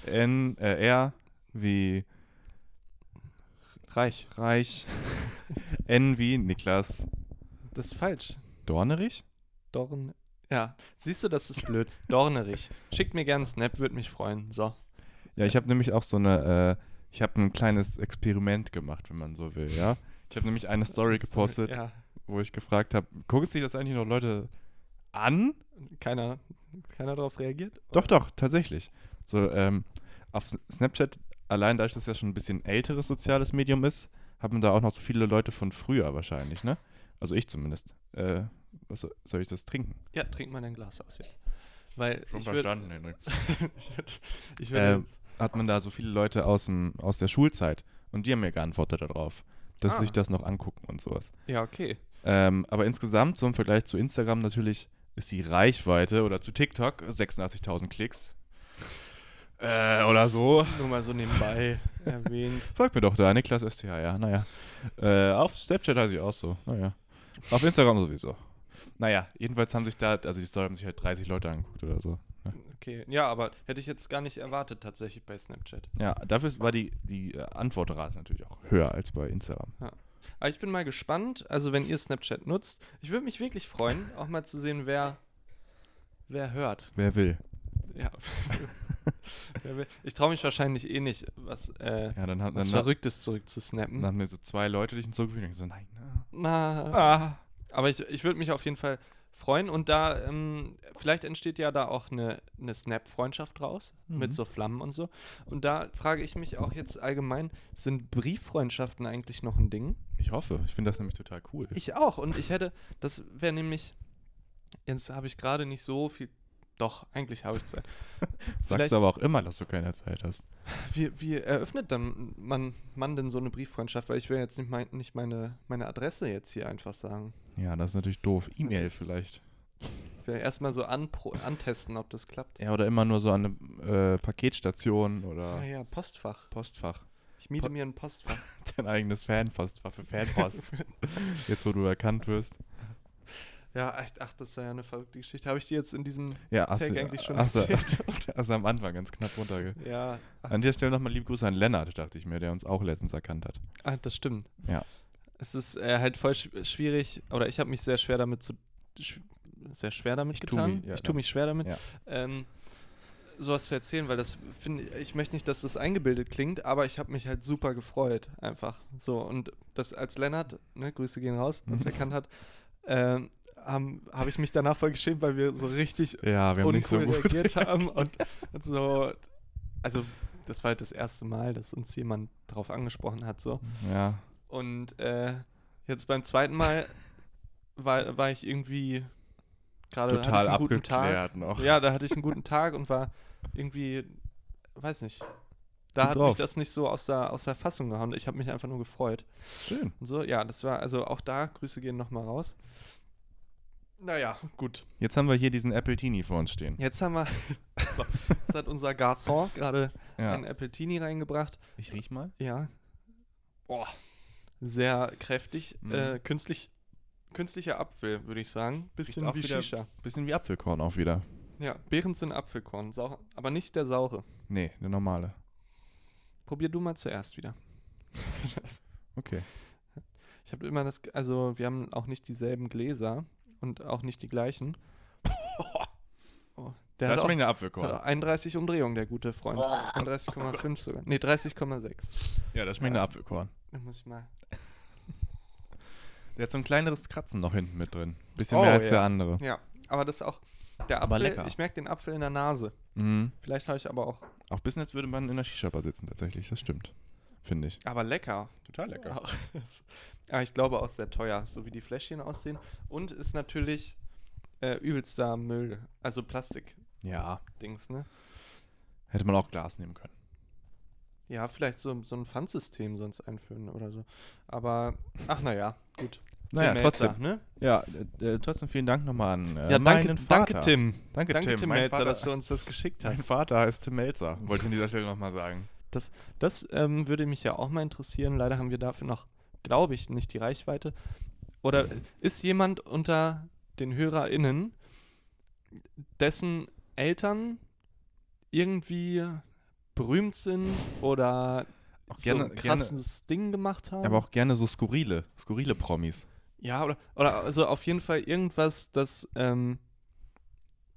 N, äh, R wie
Reich.
Reich. (laughs) N wie Niklas
Das ist falsch.
Dornerich?
Dorn. Ja, siehst du, das ist blöd. Dornerich. Schickt mir gerne einen Snap, würde mich freuen. So.
Ja, ich habe nämlich auch so eine, äh, ich habe ein kleines Experiment gemacht, wenn man so will, ja. Ich habe nämlich eine Story gepostet,
Ja,
wo ich gefragt habe, gucken sich das eigentlich noch Leute an?
keiner, keiner darauf reagiert.
Doch, doch, tatsächlich. So, ähm, auf S- Snapchat, allein dadurch, dass das ja schon ein bisschen älteres soziales Medium ist, haben da auch noch so viele Leute von früher wahrscheinlich, ne? Also ich zumindest. Äh, was so- soll ich das trinken?
Ja, trink mal dein Glas aus jetzt. Weil ich würd-
Henrik.
(laughs) ich würde ich würd
Ähm,
jetzt-
hat man da so viele Leute aus, dem, aus der Schulzeit und die haben mir geantwortet darauf, dass
Ah.
sie sich das noch angucken und sowas.
Ja, okay.
Ähm, aber insgesamt, so im Vergleich zu Instagram natürlich, ist die Reichweite oder zu TikTok 86.000 Klicks. Äh, oder so.
Nur mal so
(laughs)
nebenbei erwähnt.
Folgt mir doch da, Niklas STH, ja, naja. Äh, auf Snapchat heiße ich auch so, naja. Auf Instagram sowieso. Naja, jedenfalls haben sich da, also die Story haben sich halt 30 Leute angeguckt oder so. Ne?
Okay. Ja, aber hätte ich jetzt gar nicht erwartet tatsächlich bei Snapchat.
Ja, dafür ist- war die, die äh, Antwortrate natürlich auch höher als bei Instagram.
Aber ich bin mal gespannt, also wenn ihr Snapchat nutzt, ich würde mich wirklich freuen, auch mal zu sehen, wer, wer hört.
Wer will? (laughs)
Ja. wer will. Ich traue mich wahrscheinlich eh nicht, was, äh,
Ja, dann, hat,
was
dann,
Verrücktes zurückzusnappen.
dann haben mir so zwei Leute dich hinzugefügt und ich so, nein. ah.
Na,
Ah.
aber ich, ich würde mich auf jeden Fall freuen und da, ähm, vielleicht entsteht ja da auch eine, eine Snap-Freundschaft draus mit
Mhm.
so Flammen und so. Und da frage ich mich auch jetzt allgemein, sind Brieffreundschaften eigentlich noch ein Ding?
Ich hoffe, ich finde das nämlich total cool.
Ich auch. Und ich hätte, das wäre nämlich, jetzt habe ich gerade nicht so viel, doch, eigentlich habe ich Zeit.
Sagst
vielleicht-
du aber auch immer, dass du keine Zeit hast.
(laughs) Wie, wie eröffnet dann man, man denn so eine Brieffreundschaft? Weil ich will jetzt nicht, mein, nicht meine, meine Adresse jetzt hier einfach sagen.
Ja, das ist natürlich doof. E-Mail vielleicht.
Ich will erstmal so anpro, antesten, ob das klappt.
Ja, oder immer nur so an eine äh, Paketstation oder
Ah ja, Postfach.
Postfach.
Ich miete
Po-
mir ein Postfach.
(laughs) Dein eigenes Fanpostfach für
(laughs)
Fanpost. jetzt, wo du erkannt wirst.
Ja, ach, ach das war ja eine verrückte Geschichte. Habe ich die jetzt in diesem
Ja, hast
Tag
du,
eigentlich schon
hast du,
erzählt?
(laughs) hast du am Anfang ganz knapp runterge.
ja, ach,
An dieser Stelle nochmal liebe Grüße an Lennart, dachte ich mir, der uns auch letztens erkannt hat.
ah, das stimmt.
Ja.
Es ist äh, halt voll sch schwierig, oder ich habe mich sehr schwer damit zu. Sch sehr schwer damit
Ich tu
getan.
mich- ja,
ich tue mich schwer damit.
Ja.
Ähm, sowas zu erzählen, weil das finde ich, ich möchte nicht, dass das eingebildet klingt, aber ich habe mich halt super gefreut, einfach so. Und das als Lennart, ne, Grüße gehen raus, uns
Mhm.
erkannt hat, ähm, habe hab ich mich danach voll geschämt, weil wir so richtig
Ja, wir haben nicht so
uncool
gut
reagiert haben und, und so. Also, das war halt das erste Mal, dass uns jemand drauf angesprochen hat, so.
(laughs) Ja,
Und äh, jetzt beim zweiten Mal
(laughs)
war, war ich irgendwie gerade hatte
total
ich einen guten Tag.
abgeklärt noch.
Ja, da hatte ich einen guten Tag und war irgendwie weiß nicht. Da
Gut
hat mich
drauf.
das nicht so aus der, aus der Fassung gehauen. Ich habe mich einfach nur gefreut.
Schön.
Und so, ja, das war, also auch da, Grüße gehen nochmal raus. Naja, gut.
Jetzt haben wir hier diesen Apple Teenie vor uns stehen.
Jetzt haben wir, (laughs) so, jetzt hat unser Garçon gerade
Ja.
einen Appletini reingebracht.
Ich riech mal.
Ja. Boah. Sehr kräftig.
Mhm.
Äh, künstlich, künstlicher Apfel, würde ich sagen. Bisschen
auch
wie
wieder-
Shisha.
Bisschen wie Apfelkorn auch wieder.
Ja, Beeren sind Apfelkorn, sau- aber nicht der saure.
Nee, der normale.
Probier du mal zuerst wieder.
Okay.
Ich habe immer das, also wir haben auch nicht dieselben Gläser und auch nicht die
(laughs)
gleichen. Oh, der
das
hat auch,
schmeckt der
hat
Apfelkorn.
auch 31 Umdrehungen, der gute Freund. 31,5 sogar. Nee, 30,6.
Ja, das schmeckt der Apfelkorn.
Da muss ich mal.
Der hat so ein kleineres Kratzen noch hinten mit drin. Bisschen
Oh,
mehr als
ja.
der andere.
Ja, aber das ist auch der
Aber
Apfel.
lecker.
Ich merke den Apfel in der Nase.
Mhm.
Vielleicht habe ich aber auch.
Auch bisschen, als würde man in einer Shisha-Bar sitzen, tatsächlich. Das stimmt. Finde ich.
Aber lecker.
Total
Auch- (laughs) aber Genau. Ah, ich glaube auch sehr teuer, so wie die Fläschchen aussehen. Und ist natürlich äh, übelster Müll. Also Plastik-Dings,
Ja.
ne?
Hätte man auch Glas nehmen können.
Ja, vielleicht so, so ein Pfandsystem sonst einführen oder so. Aber, ach naja, gut.
Naja,
Tim
trotzdem.
Mälzer, ne?
Ja, äh, äh, trotzdem vielen Dank nochmal an äh,
Ja, danke,
meinen Vater.
danke Tim.
Danke,
Danke
Tim.
Tim
Mein
Melzer,
Vater-
dass du uns das geschickt
Mein
hast.
Vater heißt Tim
(laughs)
Melzer, wollte ich an dieser Stelle nochmal sagen.
Das, das ähm, würde mich ja auch mal interessieren. Leider haben wir dafür noch, glaube ich, nicht die Reichweite. Oder ist jemand unter den HörerInnen, dessen Eltern irgendwie berühmt sind oder
Auch
so
gerne-
ein krasses Ding gemacht haben?
Aber auch gerne so skurrile, skurrile Promis.
Ja, oder, oder also auf jeden Fall irgendwas, das, ähm,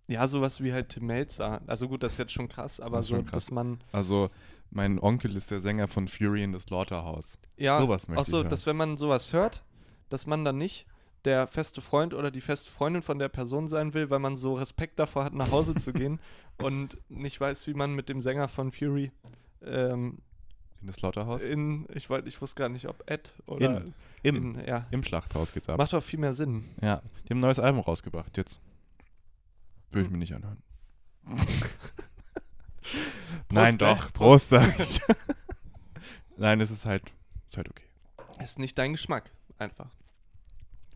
ja, sowas wie halt Tim Melzer. Also gut, das ist jetzt schon krass, aber
Das ist
so,
schon krass.
dass man,
Also, mein Onkel ist der Sänger von Fury in the Slaughterhouse.
ja,
Sowas möchte
auch so,
ich hören.
dass wenn man sowas hört, dass man dann nicht der feste Freund oder die feste Freundin von der Person sein will, weil man so Respekt davor hat, nach Hause zu
(laughs)
gehen und nicht weiß, wie man mit dem Sänger von Fury ähm,
In the Slaughterhouse?
in, ich wollte, ich wusste gar nicht, ob Ed oder
In. Im,
in, ja,
Im Schlachthaus geht's ab.
macht doch viel mehr Sinn.
Ja, die haben ein neues Album rausgebracht jetzt. Würde ich mir nicht (laughs) anhören. Nein,
Prost,
doch. Prost, sag ich. (laughs) Nein, es ist halt, ist halt okay.
Ist nicht dein Geschmack, einfach.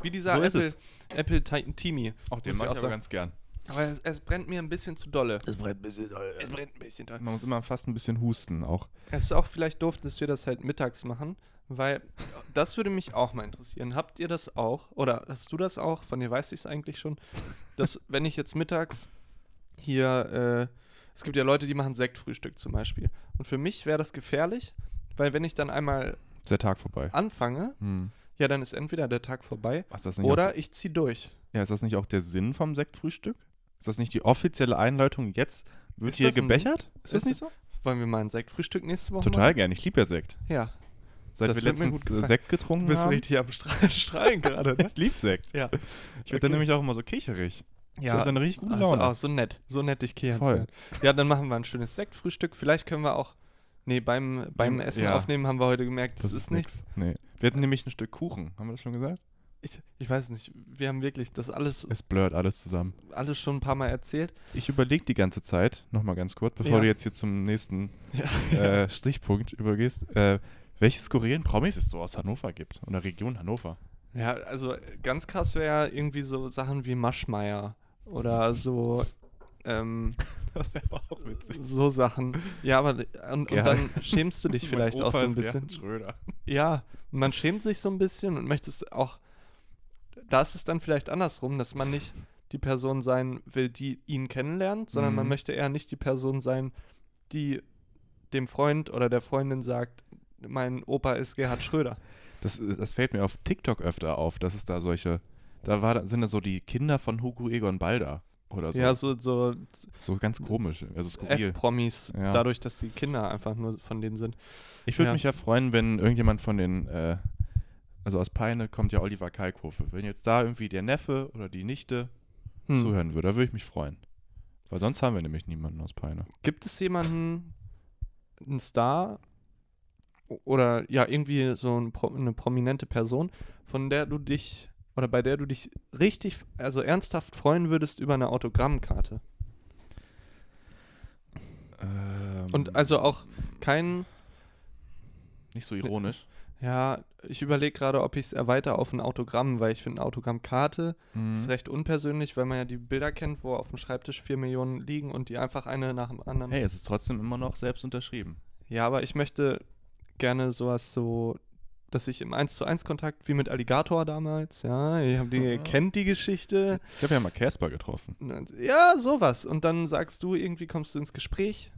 Wie dieser
So ist
Apple,
es.
Apple Ti- Timi.
Auch
den mag ich aber
ganz gern.
Aber es, es brennt mir ein bisschen zu dolle.
Es brennt ein bisschen. äh,
Es brennt ein bisschen doll.
Man muss immer fast ein bisschen husten auch.
Es ist auch vielleicht doof, dass wir das halt mittags machen, weil das würde mich auch mal interessieren. Habt ihr das auch? Oder hast du das auch? Von dir weiß ich es eigentlich schon. (laughs) Dass, wenn ich jetzt mittags hier, äh, es gibt ja Leute, die machen Sektfrühstück zum Beispiel. Und für mich wäre das gefährlich, weil wenn ich dann einmal
Ist der Tag vorbei.
anfange,
Hm.
ja, dann ist entweder der Tag vorbei
Ist, das nicht Auch,
oder ich ziehe durch.
ja, ist das nicht auch der Sinn vom Sektfrühstück? Ist das nicht die offizielle Einleitung? Jetzt wird
Ist
hier
das ein-
gebechert?
ist das
so?
Wollen wir mal ein Sektfrühstück nächste Woche
Total
machen?
gern. Ich liebe ja Sekt.
Ja.
Seit
Das
wir
wird mir
letztens
gut gefallen.
Sekt getrunken
Du bist
haben.
richtig am Stra- Strahlen gerade, ne?
(laughs) Ich liebe Sekt.
Ja.
Ich werde dann nämlich auch immer so kicherig. Ich
Ja,
hab dann richtig gute
also,
Laune.
ah, so nett, so nett, ich kehre
Voll.
Ja, dann machen wir ein schönes Sektfrühstück. Vielleicht können wir auch, nee, beim, beim
Hm, Ja.
Essen aufnehmen haben wir heute gemerkt, das, ist nichts.
Nee. Wir hatten nämlich ein Stück Kuchen, haben wir das schon gesagt?
Ich, ich weiß nicht, wir haben wirklich das alles,
Es blurrt alles zusammen.
alles schon ein paar Mal erzählt.
Ich überlege die ganze Zeit, nochmal ganz kurz, bevor
Ja.
du jetzt hier zum nächsten
Ja.
äh, Strichpunkt übergehst, äh, welche skurrilen Promis es so aus Hannover gibt, oder Region (laughs) Hannover.
Ja, also ganz krass wäre ja irgendwie so Sachen wie Maschmeier oder so, ähm,
(laughs) Das wäre auch
so Sachen. Ja, aber und, und
Ja.
dann schämst
(laughs)
du dich vielleicht auch so ein bisschen.
Schröder.
Ja, und man schämt sich so ein bisschen und möchte es auch. Da ist es dann vielleicht andersrum, dass man nicht die Person sein will, die ihn kennenlernt, sondern man
Mhm.
möchte eher nicht die Person sein, die dem Freund oder der Freundin sagt, mein Opa ist Gerhard Schröder.
Das, äh, das fällt mir auf TikTok öfter auf, dass es da solche, da war, sind da so die Kinder von Hugo Egon Balder oder so.
ja, so, so
so ganz komisch, also skurril.
F-Promis,
Ja.
dadurch, dass die Kinder einfach nur von denen sind.
Ich würde
Ja.
mich ja freuen, wenn irgendjemand von den, äh, also aus Peine kommt ja Oliver Kalkofe. Wenn jetzt da irgendwie der Neffe oder die Nichte
Hm.
zuhören würde, da würde ich mich freuen. Weil sonst haben wir nämlich niemanden aus Peine.
Gibt es jemanden, einen Star o- oder ja, irgendwie so ein, Pro- eine prominente Person, von der du dich oder bei der du dich richtig, also ernsthaft
Ähm,
freuen würdest über eine Autogrammkarte?
Mhm.
Und also auch kein,
Nicht so ironisch.
ja, ich überlege gerade, ob ich es erweitere auf ein Autogramm, weil ich finde, eine Autogrammkarte
Hm. Mhm.
ist recht unpersönlich, weil man ja die Bilder kennt, wo auf dem Schreibtisch vier Millionen liegen und die einfach eine nach dem anderen.
Hey, es ist trotzdem immer noch selbst unterschrieben.
Ja, aber ich möchte gerne sowas so, dass ich im 1 zu 1 Kontakt, wie mit Alligator damals, ja, ihr habt die,
(laughs)
ihr kennt die Geschichte.
Ich habe ja mal Casper getroffen.
Ja, sowas. Und dann sagst du, irgendwie kommst du ins Gespräch,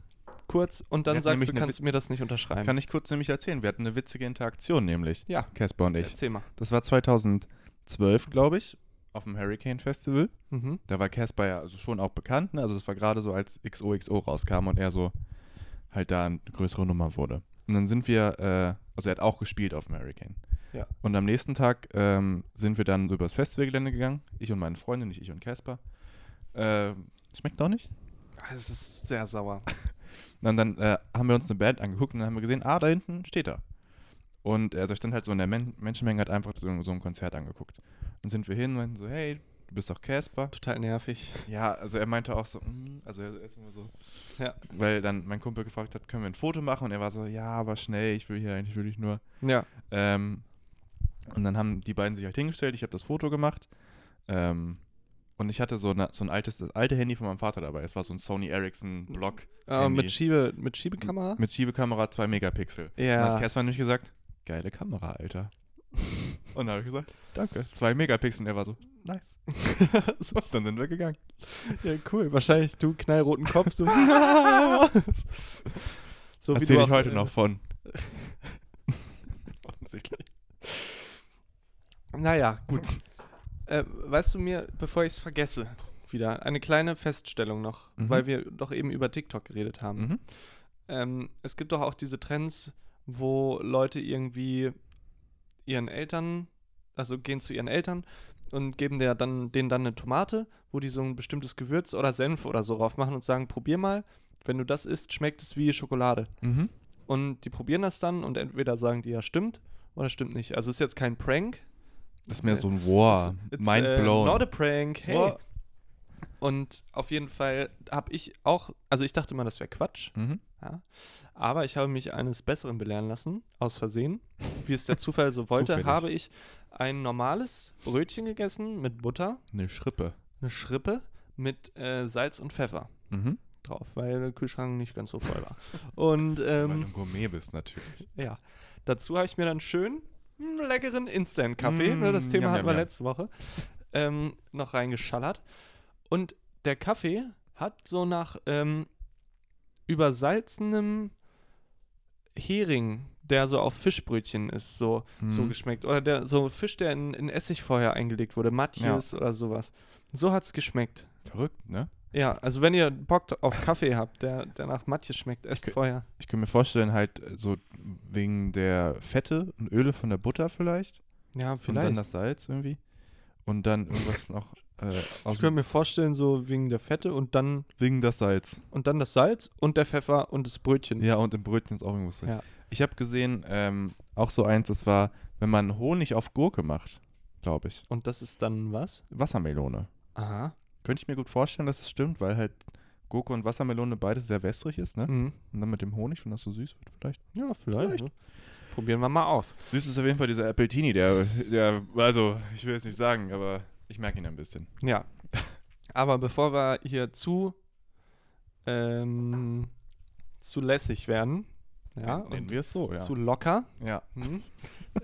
kurz, und dann
Ja,
sagst
nämlich
du,
eine
kannst du mir das nicht unterschreiben.
Kann ich kurz nämlich erzählen. Wir hatten eine witzige Interaktion nämlich.
ja,
Casper und ich.
erzähl mal.
Das war 2012, glaube ich, auf dem Hurricane Festival.
Mhm.
Da war Casper ja also schon auch bekannt. Ne? Also das war gerade so, als XOXO rauskam und er so halt da eine größere Nummer wurde. Und dann sind wir, äh, also er hat auch gespielt auf dem Hurricane.
Ja.
Und am nächsten Tag ähm, sind wir dann übers Festivalgelände gegangen. Ich und meine Freundin, nicht ich und Casper. Ähm, schmeckt auch nicht.
Es ist sehr sauer.
Und dann äh, haben wir uns eine Band angeguckt und dann haben wir gesehen, ah, da hinten steht er. Und äh, also er stand halt so in der Men Menschenmenge, hat einfach so, so ein Konzert angeguckt. Dann sind wir hin und meinten so, hey, du bist doch Casper.
Total nervig.
Ja, also er meinte auch so, "Mm", also er ist immer so,
Ja.
weil dann mein Kumpel gefragt hat, können wir ein Foto machen? Und er war so, ja, aber schnell, ich will hier eigentlich wirklich nur.
Ja.
Ähm, und dann haben die beiden sich halt hingestellt, ich habe das Foto gemacht. Ähm, und ich hatte so, eine, so ein altes, das alte Handy von meinem Vater dabei. Es war so ein Sony Ericsson Block
Äh,
Handy.
mit, Schiebe, mit Schiebekamera?
mit Schiebekamera 2 Megapixel. Und dann
ja.
hat Casper nämlich gesagt, geile Kamera,
(laughs)
Alter. Und dann habe ich gesagt, danke, 2 Megapixel. Und er war so,
(laughs)
nice. (laughs) so, dann sind wir gegangen.
ja, cool. Wahrscheinlich du knallroten Kopf.
(laughs)
So, (laughs) so wie
Erzähle
du
ich
auch,
heute
äh, (laughs)
noch von. Offensichtlich.
Naja, gut. äh, weißt du mir, bevor ich es vergesse, wieder eine kleine Feststellung noch,
Mhm.
weil wir doch eben über TikTok geredet haben. Ähm, es gibt doch auch diese Trends, wo Leute irgendwie ihren Eltern, also gehen zu ihren Eltern und geben der dann, denen dann eine Tomate, wo die so ein bestimmtes Gewürz oder Senf oder so drauf machen und sagen, probier mal, wenn du das isst, schmeckt es wie Schokolade.
Mhm.
Und die probieren das dann und entweder sagen die, ja, stimmt oder stimmt nicht. Also ist jetzt kein Prank,
Das ist mir so ein Wow.
Äh, It's,
Mind
äh,
blown.
not a prank, hey.
Wow.
Und auf jeden Fall habe ich auch, also ich dachte immer, das wäre Quatsch,
mhm.
ja. aber ich habe mich eines Besseren belehren lassen, aus Versehen. Wie es der Zufall so wollte,
Zufällig.
habe ich ein normales Brötchen gegessen mit Butter,
Eine Schrippe.
eine Schrippe mit äh, Salz und Pfeffer
Mhm.
drauf, weil der Kühlschrank nicht ganz so voll war. Und
Weil du
ähm,
ein Gourmet bist, natürlich.
ja, dazu habe ich mir dann schön einen leckeren Instant-Kaffee, ne, das
Mm,
Thema
jam,
hatten
jam,
wir
jam.
letzte Woche, ähm, noch reingeschallert. Und der Kaffee hat so nach ähm, übersalzenem Hering, der so auf Fischbrötchen ist, so, so
Mhm.
geschmeckt. Oder der, so Fisch, der in, in Essig vorher eingelegt wurde, Matjes oder sowas. So hat es geschmeckt.
Verrückt, ne?
Ja, also wenn ihr Bock auf Kaffee habt, der, der nach Matjes schmeckt, esst
Okay.
vorher.
Ich könnte mir vorstellen, halt äh, so wegen der Fette und Öle von der Butter vielleicht.
Ja,
Und dann
vielleicht.
das Salz irgendwie. Und
(laughs)
dann irgendwas noch äh, aus
Ich könnte mir vorstellen, so wegen der Fette und dann
wegen das Salz.
und dann das Salz und der Pfeffer und das Brötchen.
Ja, und im Brötchen ist auch irgendwas drin.
Ja.
Ich habe gesehen, ähm, auch so eins, das war, wenn man Honig auf Gurke macht, glaube ich.
Und das ist dann was?
Wassermelone.
Aha.
Könnte ich mir gut vorstellen, dass es stimmt, weil halt Gurke und Wassermelone beides sehr wässrig ist, ne?
Mhm.
Und dann mit dem Honig, wenn das so süß wird, vielleicht.
Ja, vielleicht. ne? Probieren wir mal aus.
Süß ist auf jeden Fall dieser Appletini, der, der, also, ich will jetzt nicht sagen, aber ich merke ihn ein bisschen. (laughs)
Ja. Aber bevor wir hier zu ähm, zu lässig werden, ja,
nennen
und
wir es so, ja.
zu locker,
ja. (laughs)
hm,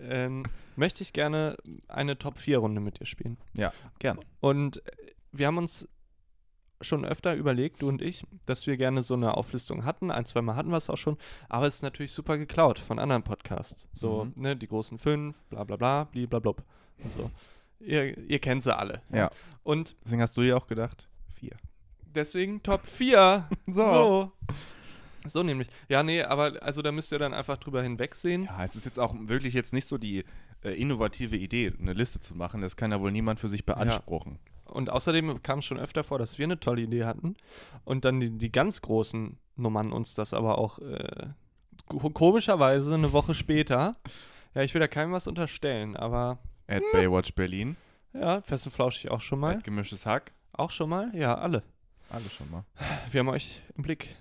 ähm, möchte ich gerne eine Top-4-Runde mit dir spielen.
Ja, gern.
Und äh, wir haben uns schon öfter überlegt, du und ich, dass wir gerne so eine Auflistung hatten. Ein, zweimal hatten wir es auch schon. Aber es ist natürlich super geklaut von anderen Podcasts. So,
Mhm.
ne, die großen fünf, bla bla bla, bliblablub. Und so. Ihr, ihr kennt sie alle.
Ja.
Und
Deswegen hast du ja auch gedacht, vier.
deswegen Top 4.
(laughs) So.
so. So nämlich. Ja, nee, aber also da müsst ihr dann einfach drüber hinwegsehen.
Ja, es ist jetzt auch wirklich jetzt nicht so die äh, innovative Idee, eine Liste zu machen. Das kann ja wohl niemand für sich beanspruchen.
Und außerdem kam es schon öfter vor, dass wir eine tolle Idee hatten und dann die, die ganz großen Nummern uns das aber auch äh, ko- komischerweise eine Woche später. Ja, ich will da keinem was unterstellen, aber
At Baywatch Berlin,
ja, fest und flauschig auch schon mal.
at gemischtes Hack,
Auch schon mal? Ja, alle.
alles schon mal.
Wir haben euch im Blick.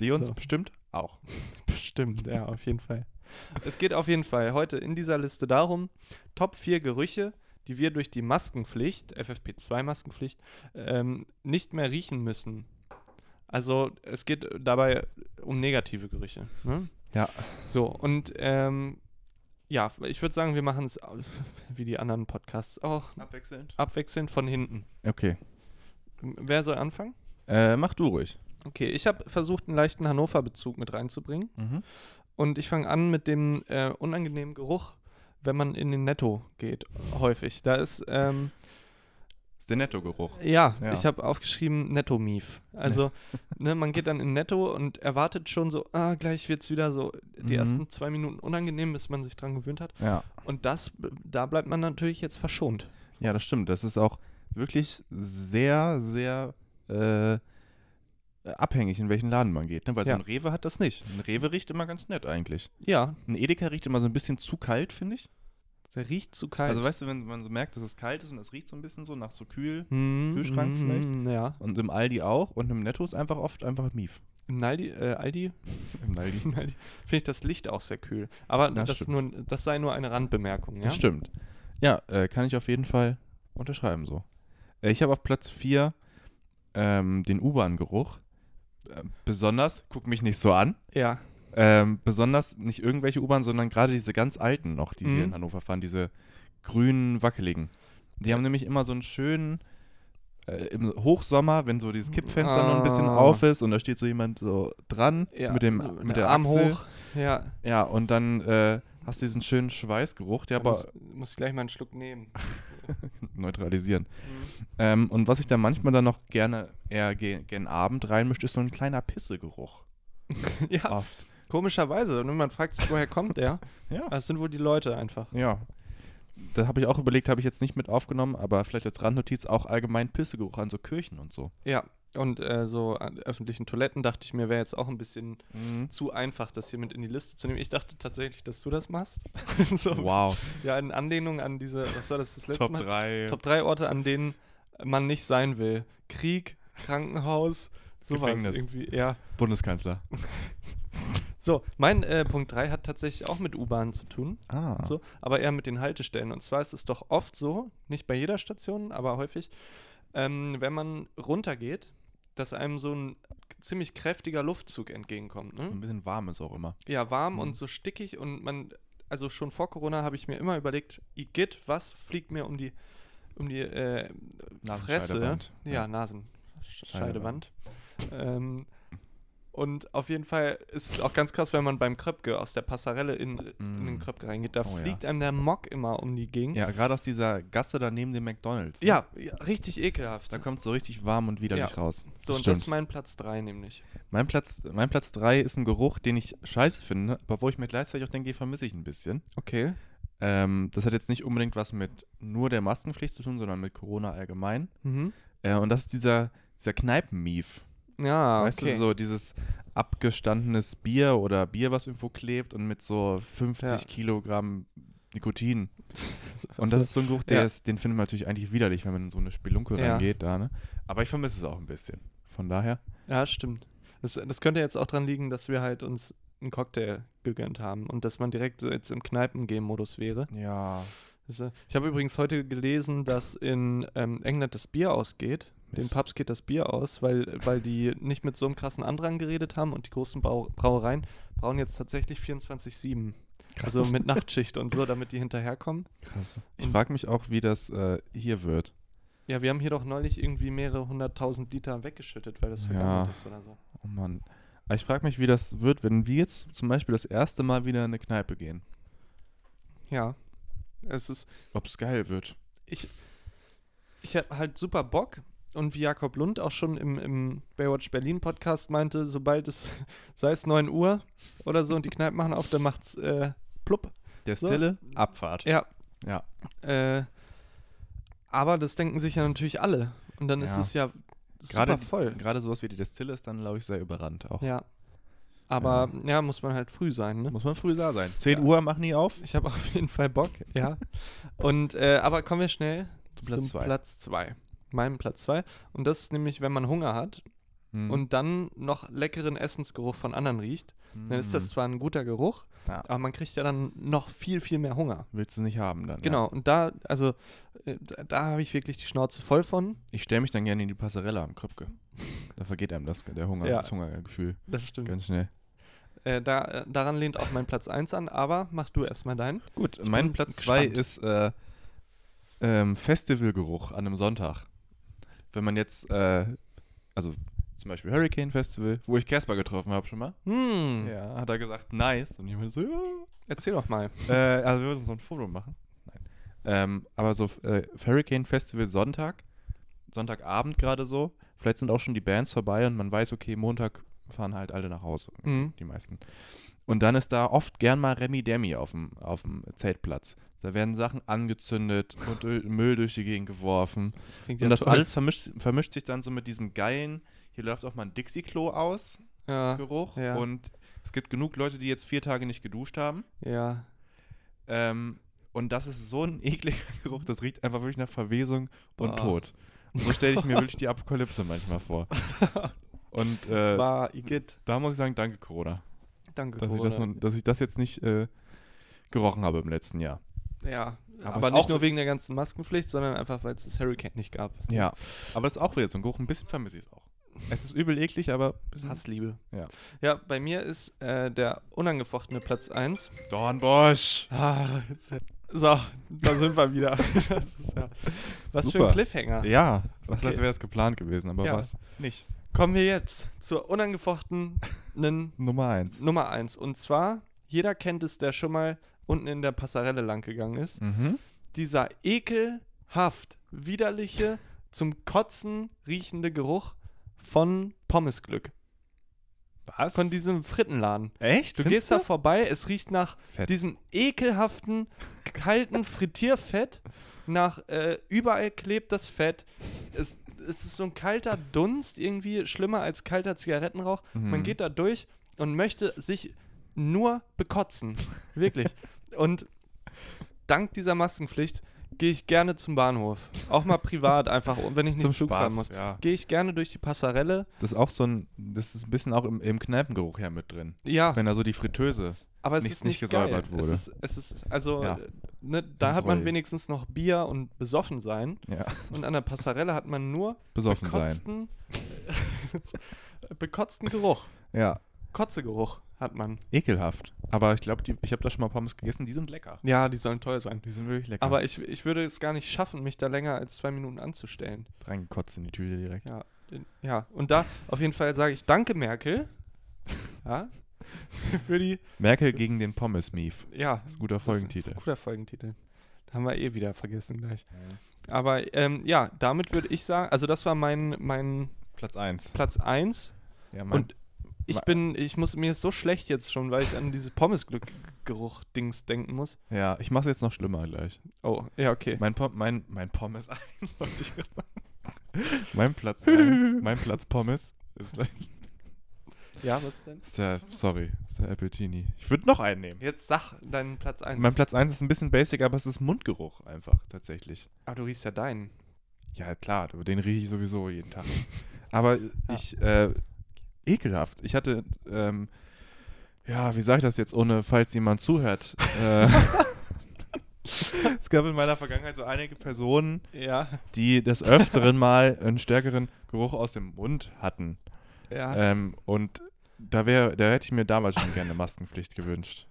Die uns
So.
bestimmt auch.
Bestimmt, ja, auf jeden Fall. Es geht auf jeden Fall heute in dieser Liste darum, Top 4 Gerüche, die wir durch die Maskenpflicht, FFP2-Maskenpflicht, ähm, nicht mehr riechen müssen. Also es geht dabei um negative Gerüche. Ne?
Ja.
So, und ähm, ja, ich würde sagen, wir machen es au- (laughs) wie die anderen Podcasts auch
Abwechselnd.
abwechselnd von hinten.
Okay.
Wer soll anfangen?
Äh, mach du ruhig.
Okay, ich habe versucht, einen leichten Hannover-Bezug mit reinzubringen.
Mhm.
Und ich fange an mit dem äh, unangenehmen Geruch, wenn man in den Netto geht, häufig. Da ist, ähm,
Ist der Nettogeruch.
ja,
Ja.
ich habe aufgeschrieben Netto-Mief.
(laughs)
Also, ne, man geht dann in Netto und erwartet schon so, ah, gleich wird es wieder so die
Mhm.
ersten zwei Minuten unangenehm, bis man sich dran gewöhnt hat.
Ja.
Und das, da bleibt man natürlich jetzt verschont.
Ja, das stimmt. Das ist auch wirklich sehr, sehr äh, abhängig, in welchen Laden man geht. Ne? Weil
Ja.
so ein Rewe hat das nicht. Ein Rewe riecht immer ganz nett eigentlich.
Ja,
Ein Edeka riecht immer so ein bisschen zu kalt, finde ich.
der riecht zu kalt.
Also weißt du, wenn man so merkt, dass es kalt ist und es riecht so ein bisschen so nach so kühl.
Hm,
Kühlschrank
hm, Ja,
Und im Aldi auch und im Netto ist einfach oft einfach Mief.
im Naldi, äh, Aldi (laughs)
Im Aldi.
Finde ich das Licht auch sehr kühl. Aber
Das
das, nur,
stimmt.
das sei nur eine Randbemerkung. Ja?
Das stimmt. Ja, äh, kann ich auf jeden Fall unterschreiben so. Äh, ich habe auf Platz 4 ähm, den U-Bahn-Geruch. Äh, besonders, guck mich nicht so an,
Ja,
ähm, besonders nicht irgendwelche U-Bahnen, sondern gerade diese ganz alten noch, die
Mhm.
hier in Hannover fahren, diese grünen, wackeligen. Die haben nämlich immer so einen schönen, äh, im Hochsommer, wenn so dieses Kippfenster noch ein bisschen
Ah.
auf ist und da steht so jemand so dran
ja.
mit, dem,
also
mit der
Arm
Achsel.
hoch. Ja,
Ja, und dann äh, hast du diesen schönen Schweißgeruch, der
da
aber
muss, muss ich gleich mal einen Schluck
(laughs)
nehmen.
neutralisieren.
Mhm.
Ähm, und was ich da manchmal dann noch gerne eher ge gen Abend reinmischt, ist so ein kleiner Pissegeruch.
ja,
Oft.
komischerweise. Und man fragt sich, woher kommt
(laughs)
der?
Ja.
Das sind wohl die Leute einfach.
Ja. Da habe ich auch überlegt, habe ich jetzt nicht mit aufgenommen, aber vielleicht als Randnotiz auch allgemein Pissegeruch an so Kirchen und so.
Ja. Und äh, so an öffentlichen Toiletten dachte ich mir, wäre jetzt auch ein bisschen zu einfach, das hier mit in die Liste zu nehmen. Ich dachte tatsächlich, dass du das machst. (laughs) so,
Wow.
Ja, in Anlehnung an diese, was war das, das letzte
Top
Mal?
3.
Top 3 Orte, an denen man nicht sein will. Krieg, Krankenhaus, sowas
Gefängnis.
irgendwie. Ja.
Bundeskanzler.
So, mein äh, Punkt 3 hat tatsächlich auch mit U-Bahn zu tun.
Ah.
So, aber eher mit den Haltestellen. Und zwar ist es doch oft so, nicht bei jeder Station, aber häufig, ähm, wenn man runtergeht, dass einem so ein ziemlich kräftiger Luftzug entgegenkommt. Ne?
Ein bisschen warm ist auch immer.
Ja, warm und so stickig und man, also schon vor Corona habe ich mir immer überlegt, Igitt, was fliegt mir um die, um die äh, Fresse?
Nasenscheidewand.
Ja,
Ja.
Nasenscheidewand. ähm, und auf jeden Fall ist es auch ganz krass, wenn man beim Kröpke aus der Passarelle in, in den
Mm.
Kröpke reingeht, da
Oh ja.
fliegt einem der Mock immer um die Gegend.
Ja, gerade aus dieser Gasse daneben dem McDonalds. ne?
Ja, ja, richtig ekelhaft.
Da kommt so richtig warm und widerlich
Ja.
raus.
so, und das ist mein Platz 3 nämlich.
Mein Platz 3 mein Platz drei ist ein Geruch, den ich scheiße finde, aber wo ich mir gleichzeitig auch denke, den vermisse ich ein bisschen.
Okay.
Ähm, das hat jetzt nicht unbedingt was mit nur der Maskenpflicht zu tun, sondern mit Corona allgemein.
Mhm.
Äh, und das ist dieser, dieser Kneipenmief.
Ja,
Weißt
Ah, okay.
du, so dieses abgestandenes Bier oder Bier, was irgendwo klebt und mit so 50
Ja.
Kilogramm Nikotin. Und
Also,
das ist so ein Geruch, der
ja.
ist, den findet man natürlich eigentlich widerlich, wenn man in so eine Spelunke
Ja.
reingeht da, ne? Aber ich vermisse es auch ein bisschen. Von daher.
(laughs) Ja, stimmt. Das, das könnte jetzt auch dran liegen, dass wir halt uns einen Cocktail gegönnt haben und dass man direkt so jetzt im Kneipen-Game-Modus wäre.
Ja.
Das, äh, ich habe übrigens heute gelesen, dass in ähm, England das Bier ausgeht. Den
Mist.
Pubs geht das Bier aus, weil, weil
(laughs)
die nicht mit so einem krassen Andrang geredet haben und die großen Brau Brauereien brauen jetzt tatsächlich 24-7. Also mit Nachtschicht und so, damit die hinterherkommen.
Krass. Ich
Und-
frage mich auch, wie das äh, hier wird.
Ja, wir haben hier doch neulich irgendwie mehrere hunderttausend Liter weggeschüttet, weil das
Ja.
vergammelt ist oder so.
Oh Mann. Aber ich frage mich, wie das wird, wenn wir jetzt zum Beispiel das erste Mal wieder in eine Kneipe gehen.
Ja. Es ist,
Ob es geil wird.
ich, ich habe halt super Bock und wie Jakob Lund auch schon im, im Baywatch Berlin Podcast meinte, sobald es, (laughs) sei es 9 Uhr oder so und die Kneipen machen auf, dann macht's äh, plupp.
Der
So.
stille Abfahrt.
Ja.
Ja.
Äh, aber das denken sich ja natürlich alle und dann ist
Ja.
es ja super
Gerade,
voll.
gerade sowas wie die Destille ist dann, glaube ich, sehr überrannt auch.
Ja. Aber ja. muss man halt früh sein, ne?
Muss man früh da sein. 10
Ja.
Uhr machen die auf.
Ich habe (laughs) auf jeden Fall Bock, ja. Und äh, aber kommen wir schnell
Platz
zum
zwei.
Platz 2. Meinem Platz 2. Und das ist nämlich, wenn man Hunger hat
Mhm.
und dann noch leckeren Essensgeruch von anderen riecht, dann ist das zwar ein guter Geruch,
Mhm. Ja.
aber man kriegt ja dann noch viel, viel mehr Hunger.
Willst du nicht haben dann.
Genau, und da, also, äh, da, da habe ich wirklich die Schnauze voll von.
Ja. Ich stelle mich dann gerne in die Passerelle am Kröpke. Da vergeht einem das, der Hunger,
Ja.
das Hungergefühl
Das stimmt.
ganz schnell.
Äh, da, äh, daran lehnt auch mein Platz 1 an, aber mach du erstmal deinen.
Gut,
Ich
mein
bin
Platz 2
gespannt.
ist äh, ähm, Festivalgeruch an einem Sonntag. Wenn man jetzt, äh, also zum Beispiel Hurricane Festival, wo ich Casper getroffen habe schon mal.
Hm,
Ja, hat er gesagt, nice. Und ich bin so, ja.
erzähl doch mal.
äh, also wir würden so ein Foto machen. Nein. Ähm, aber so äh, Hurricane Festival Sonntag, Sonntagabend gerade so. Vielleicht sind auch schon die Bands vorbei und man weiß, okay, Montag fahren halt alle nach Hause,
Mhm.
die meisten. Und dann ist da oft gern mal Remi Demi auf dem, auf dem Zeltplatz. Da werden Sachen angezündet und Ö- Müll durch die Gegend geworfen.
Das klingt ja
Und das
toll.
alles vermischt, vermischt sich dann so mit diesem geilen, hier läuft auch mal ein Dixie-Klo aus,
Ja,
Geruch.
ja.
Und es gibt genug Leute, die jetzt vier Tage nicht geduscht haben.
ja.
Ähm, und das ist so ein (laughs) ekliger Geruch, das riecht einfach wirklich nach Verwesung und
Boah.
Tod. Und so stelle ich mir wirklich die Apokalypse
(laughs)
manchmal vor. Und äh,
War Igitt.
da muss ich sagen, danke Corona,
Danke,
dass, Ich, das
Corona.
nun- dass ich das jetzt nicht äh, gerochen habe im letzten Jahr.
Ja,
Aber
aber,
es auch-
nicht nur wegen der ganzen Maskenpflicht, sondern einfach, weil es das Hurricane nicht gab.
Ja, aber es ist auch wieder so ein Geruch, ein bisschen vermisse ich es auch. Es ist übel eklig, aber ein bisschen
Hassliebe.
Ja.
Ja, bei mir ist äh, der unangefochtene Platz 1.
Dornbosch.
Ah, jetzt,
äh,
so, da sind wir
(laughs)
wieder. Das ist ja, was für
Super.
ein Cliffhanger.
Ja, was
Okay.
als wäre es geplant gewesen, aber
Ja.
was? Nicht.
Kommen wir jetzt zur
(laughs)
unangefochtenen
Nummer eins.
Nummer 1. Und zwar, jeder kennt es, der schon mal unten in der Passerelle lang gegangen ist.
Mhm.
dieser ekelhaft widerliche, zum Kotzen riechende Geruch von Pommesglück.
Was?
Von diesem Frittenladen.
Echt?
Du gehst da vorbei, es riecht nach
Fett.
diesem ekelhaften, kalten Frittierfett. Nach äh, überall klebt das Fett. Es, es ist so ein kalter Dunst, irgendwie schlimmer als kalter Zigarettenrauch.
Mhm.
Man geht da durch und möchte sich nur bekotzen.
(laughs)
Wirklich. und dank dieser Maskenpflicht gehe ich gerne zum Bahnhof. Auch mal privat einfach, wenn ich nicht
Zum
Zug
Spaß,
fahren muss.
ja.
Gehe ich gerne durch die Passerelle.
Das ist auch so ein, das ist ein bisschen auch im, im Kneipengeruch ja mit drin.
Ja,
Wenn da so die Fritteuse.
aber es
nicht-
ist
nicht
nicht,
gesäubert
geil.
wurde.
Es ist, es ist also,
Ja.
ne, da
ist
hat man
räudig.
wenigstens noch Bier und besoffen sein.
Ja.
Und an der Passerelle hat man nur
Besoffen sein.
bekotzten, bekotzten (laughs) Geruch.
Ja.
Kotzegeruch hat man.
Ekelhaft. Aber ich glaube, ich habe da schon mal Pommes gegessen, die sind lecker.
Ja, die sollen toll sein.
Die sind wirklich lecker.
Aber ich, ich würde es gar nicht schaffen, mich da länger als zwei Minuten anzustellen.
reingekotzt in die Tüte direkt.
Ja, in- ja. und da auf jeden Fall sage ich Danke, Merkel. (laughs) Ja, für die.
Merkel gegen den Pommes-Mief.
Ja,
Das ist ein guter Folgentitel.
Das ist ein guter Folgentitel. Haben wir eh wieder vergessen gleich. Aber ähm, ja, damit würde ich sagen, also das war mein, mein
Platz 1.
Platz 1.
Ja, Mann.
Und ich
Ma-
bin, ich muss, mir ist so schlecht jetzt schon, weil ich an dieses Pommesgeruch-Dings denken muss.
ja, ich mache es jetzt noch schlimmer gleich.
Oh, ja, okay.
Mein, Pom mein, mein Pommes 1, (laughs) wollte ich gerade sagen. Mein
(laughs)
Platz 1, mein Platz Pommes ist, gleich-
Ja, was denn?
ist der, sorry, ist der Appletini. Ich würde noch einen nehmen.
Jetzt sag deinen Platz 1.
Mein Platz 1 ist ein bisschen basic, aber es ist Mundgeruch einfach, tatsächlich.
ah, du riechst ja deinen.
Ja, klar, aber den rieche ich sowieso jeden (laughs) Tag. Aber ich, äh, ekelhaft. Ich hatte, ähm, ja, wie sage ich das jetzt, ohne, falls jemand zuhört. (laughs) äh, es gab in meiner Vergangenheit so einige Personen,
Ja,
die des (laughs) Öfteren mal einen stärkeren Geruch aus dem Mund hatten.
ja.
Ähm, und da, wär, da hätte ich mir damals schon gerne Maskenpflicht gewünscht.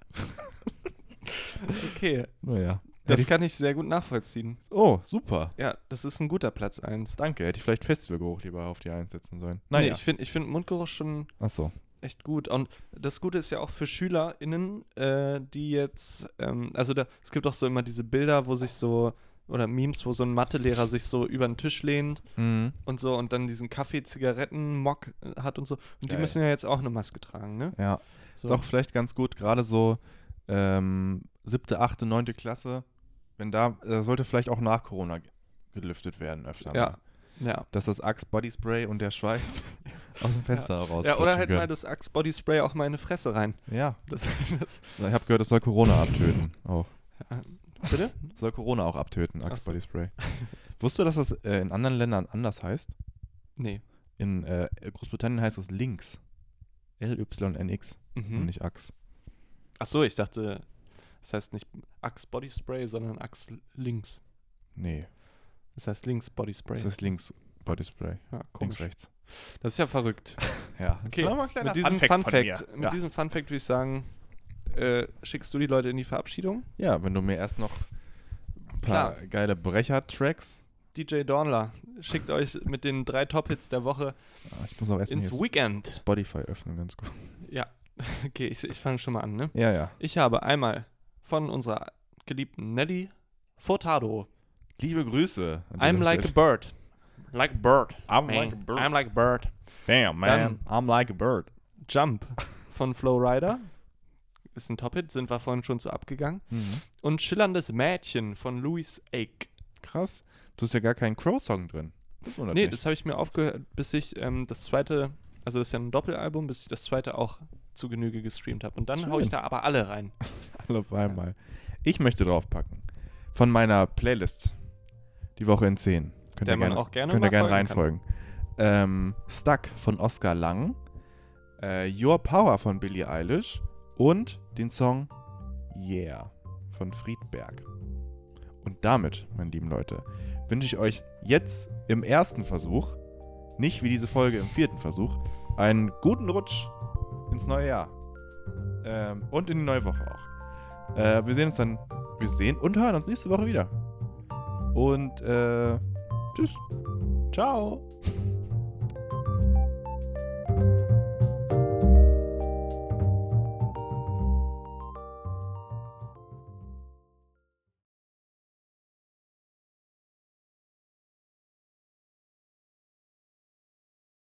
Okay,
Naja.
das
Hätte
kann ich sehr gut nachvollziehen.
ich, oh, super.
Ja, das ist ein guter Platz 1.
Danke, hätte ich vielleicht Festivalgeruch lieber auf die einsetzen sollen.
Nein,
Naja.
ich finde ich find Mundgeruch schon
Achso.
echt gut. Und das Gute ist ja auch für SchülerInnen, äh, die jetzt, ähm, also da, es gibt auch so immer diese Bilder, wo sich so, oder Memes, wo so ein Mathelehrer sich so über den Tisch lehnt
Mhm.
und so und dann diesen Kaffee-Zigaretten-Mock äh, hat und so. Und die
Geil.
müssen ja jetzt auch eine Maske tragen, ne?
Ja.
So.
Ist auch vielleicht ganz gut, gerade so ähm, siebte, achte, neunte Klasse, wenn da, da sollte vielleicht auch nach Corona ge- gelüftet werden öfter.
Ja.
mal.
Ja.
Dass das Axe Body Spray und der Schweiß (laughs) aus dem Fenster raus.
Ja, oder halt mal das Axe Body Spray auch mal in die Fresse rein. (laughs)
Ja,
Das, das,
ich habe gehört, das soll Corona abtöten. Auch.
ja. Bitte?
Soll Corona auch abtöten,
Ach
Axe (laughs)
so.
Body Spray. Wusstest du, dass das äh, in anderen Ländern anders heißt?
Nee.
In äh, Großbritannien heißt es Links. L-Y-N-X und
Mhm.
nicht Axe.
Achso, ich dachte, das heißt nicht Axe Body Spray, sondern Axe Links.
Nee,
Das heißt Links Body Spray.
das ist links Body Spray.
ja,
Links,
komisch.
rechts.
Das ist ja verrückt.
Ja,
Okay,
das war mal ein kleiner
mit diesem
Funfact
Fun
von
Fact,
mir.
mit
ja.
diesem Fun Fact würde ich sagen, äh, schickst du die Leute in die Verabschiedung?
ja, wenn du mir erst noch ein paar
Klar.
geile Brecher-Tracks.
DJ Dornler schickt euch mit den drei Top-Hits der Woche
Ah, Ich muss auch erstmal
ins
hier
Weekend.
Spotify öffnen, ganz gut.
Ja, okay, ich, ich fange schon mal an, ne?
Ja, ja.
Ich habe einmal von unserer geliebten Nelly Furtado,
Liebe Grüße. an
I'm
dieser
like a
Stelle.
bird. Like a bird.
I'm
man.
like a bird.
I'm like a bird.
Damn, man.
Dann-
I'm like a bird.
Jump von Flowrider. Ist ein Top-Hit, sind wir vorhin schon so abgegangen.
Mhm.
Und Schillerndes Mädchen von Louis Ake.
Krass. Du hast ja gar keinen Crow-Song drin. Das wundert
Nee,
mich.
das habe ich mir aufgehört, bis ich ähm, das zweite, also das ist ja ein Doppelalbum, bis ich das zweite auch zu Genüge gestreamt habe. Und dann hau ich
Schön.
da aber alle rein.
Alle auf einmal. Ich möchte draufpacken. Von meiner Playlist. Die Woche in 10. Könnt
Der
ihr
man
gerne,
auch gerne
könnt ihr
mal folgen
gerne reinfolgen. Ähm, Stuck von Oscar Lang. Äh, Your Power von Billie Eilish. Und den Song Yeah von Friedberg. Und damit, meine lieben Leute, wünsche ich euch jetzt im ersten Versuch, nicht wie diese Folge im vierten Versuch, einen guten Rutsch ins neue Jahr. Ähm, und in die neue Woche auch. Äh, wir sehen uns dann, wir sehen und hören uns nächste Woche wieder. Und äh, tschüss.
Ciao.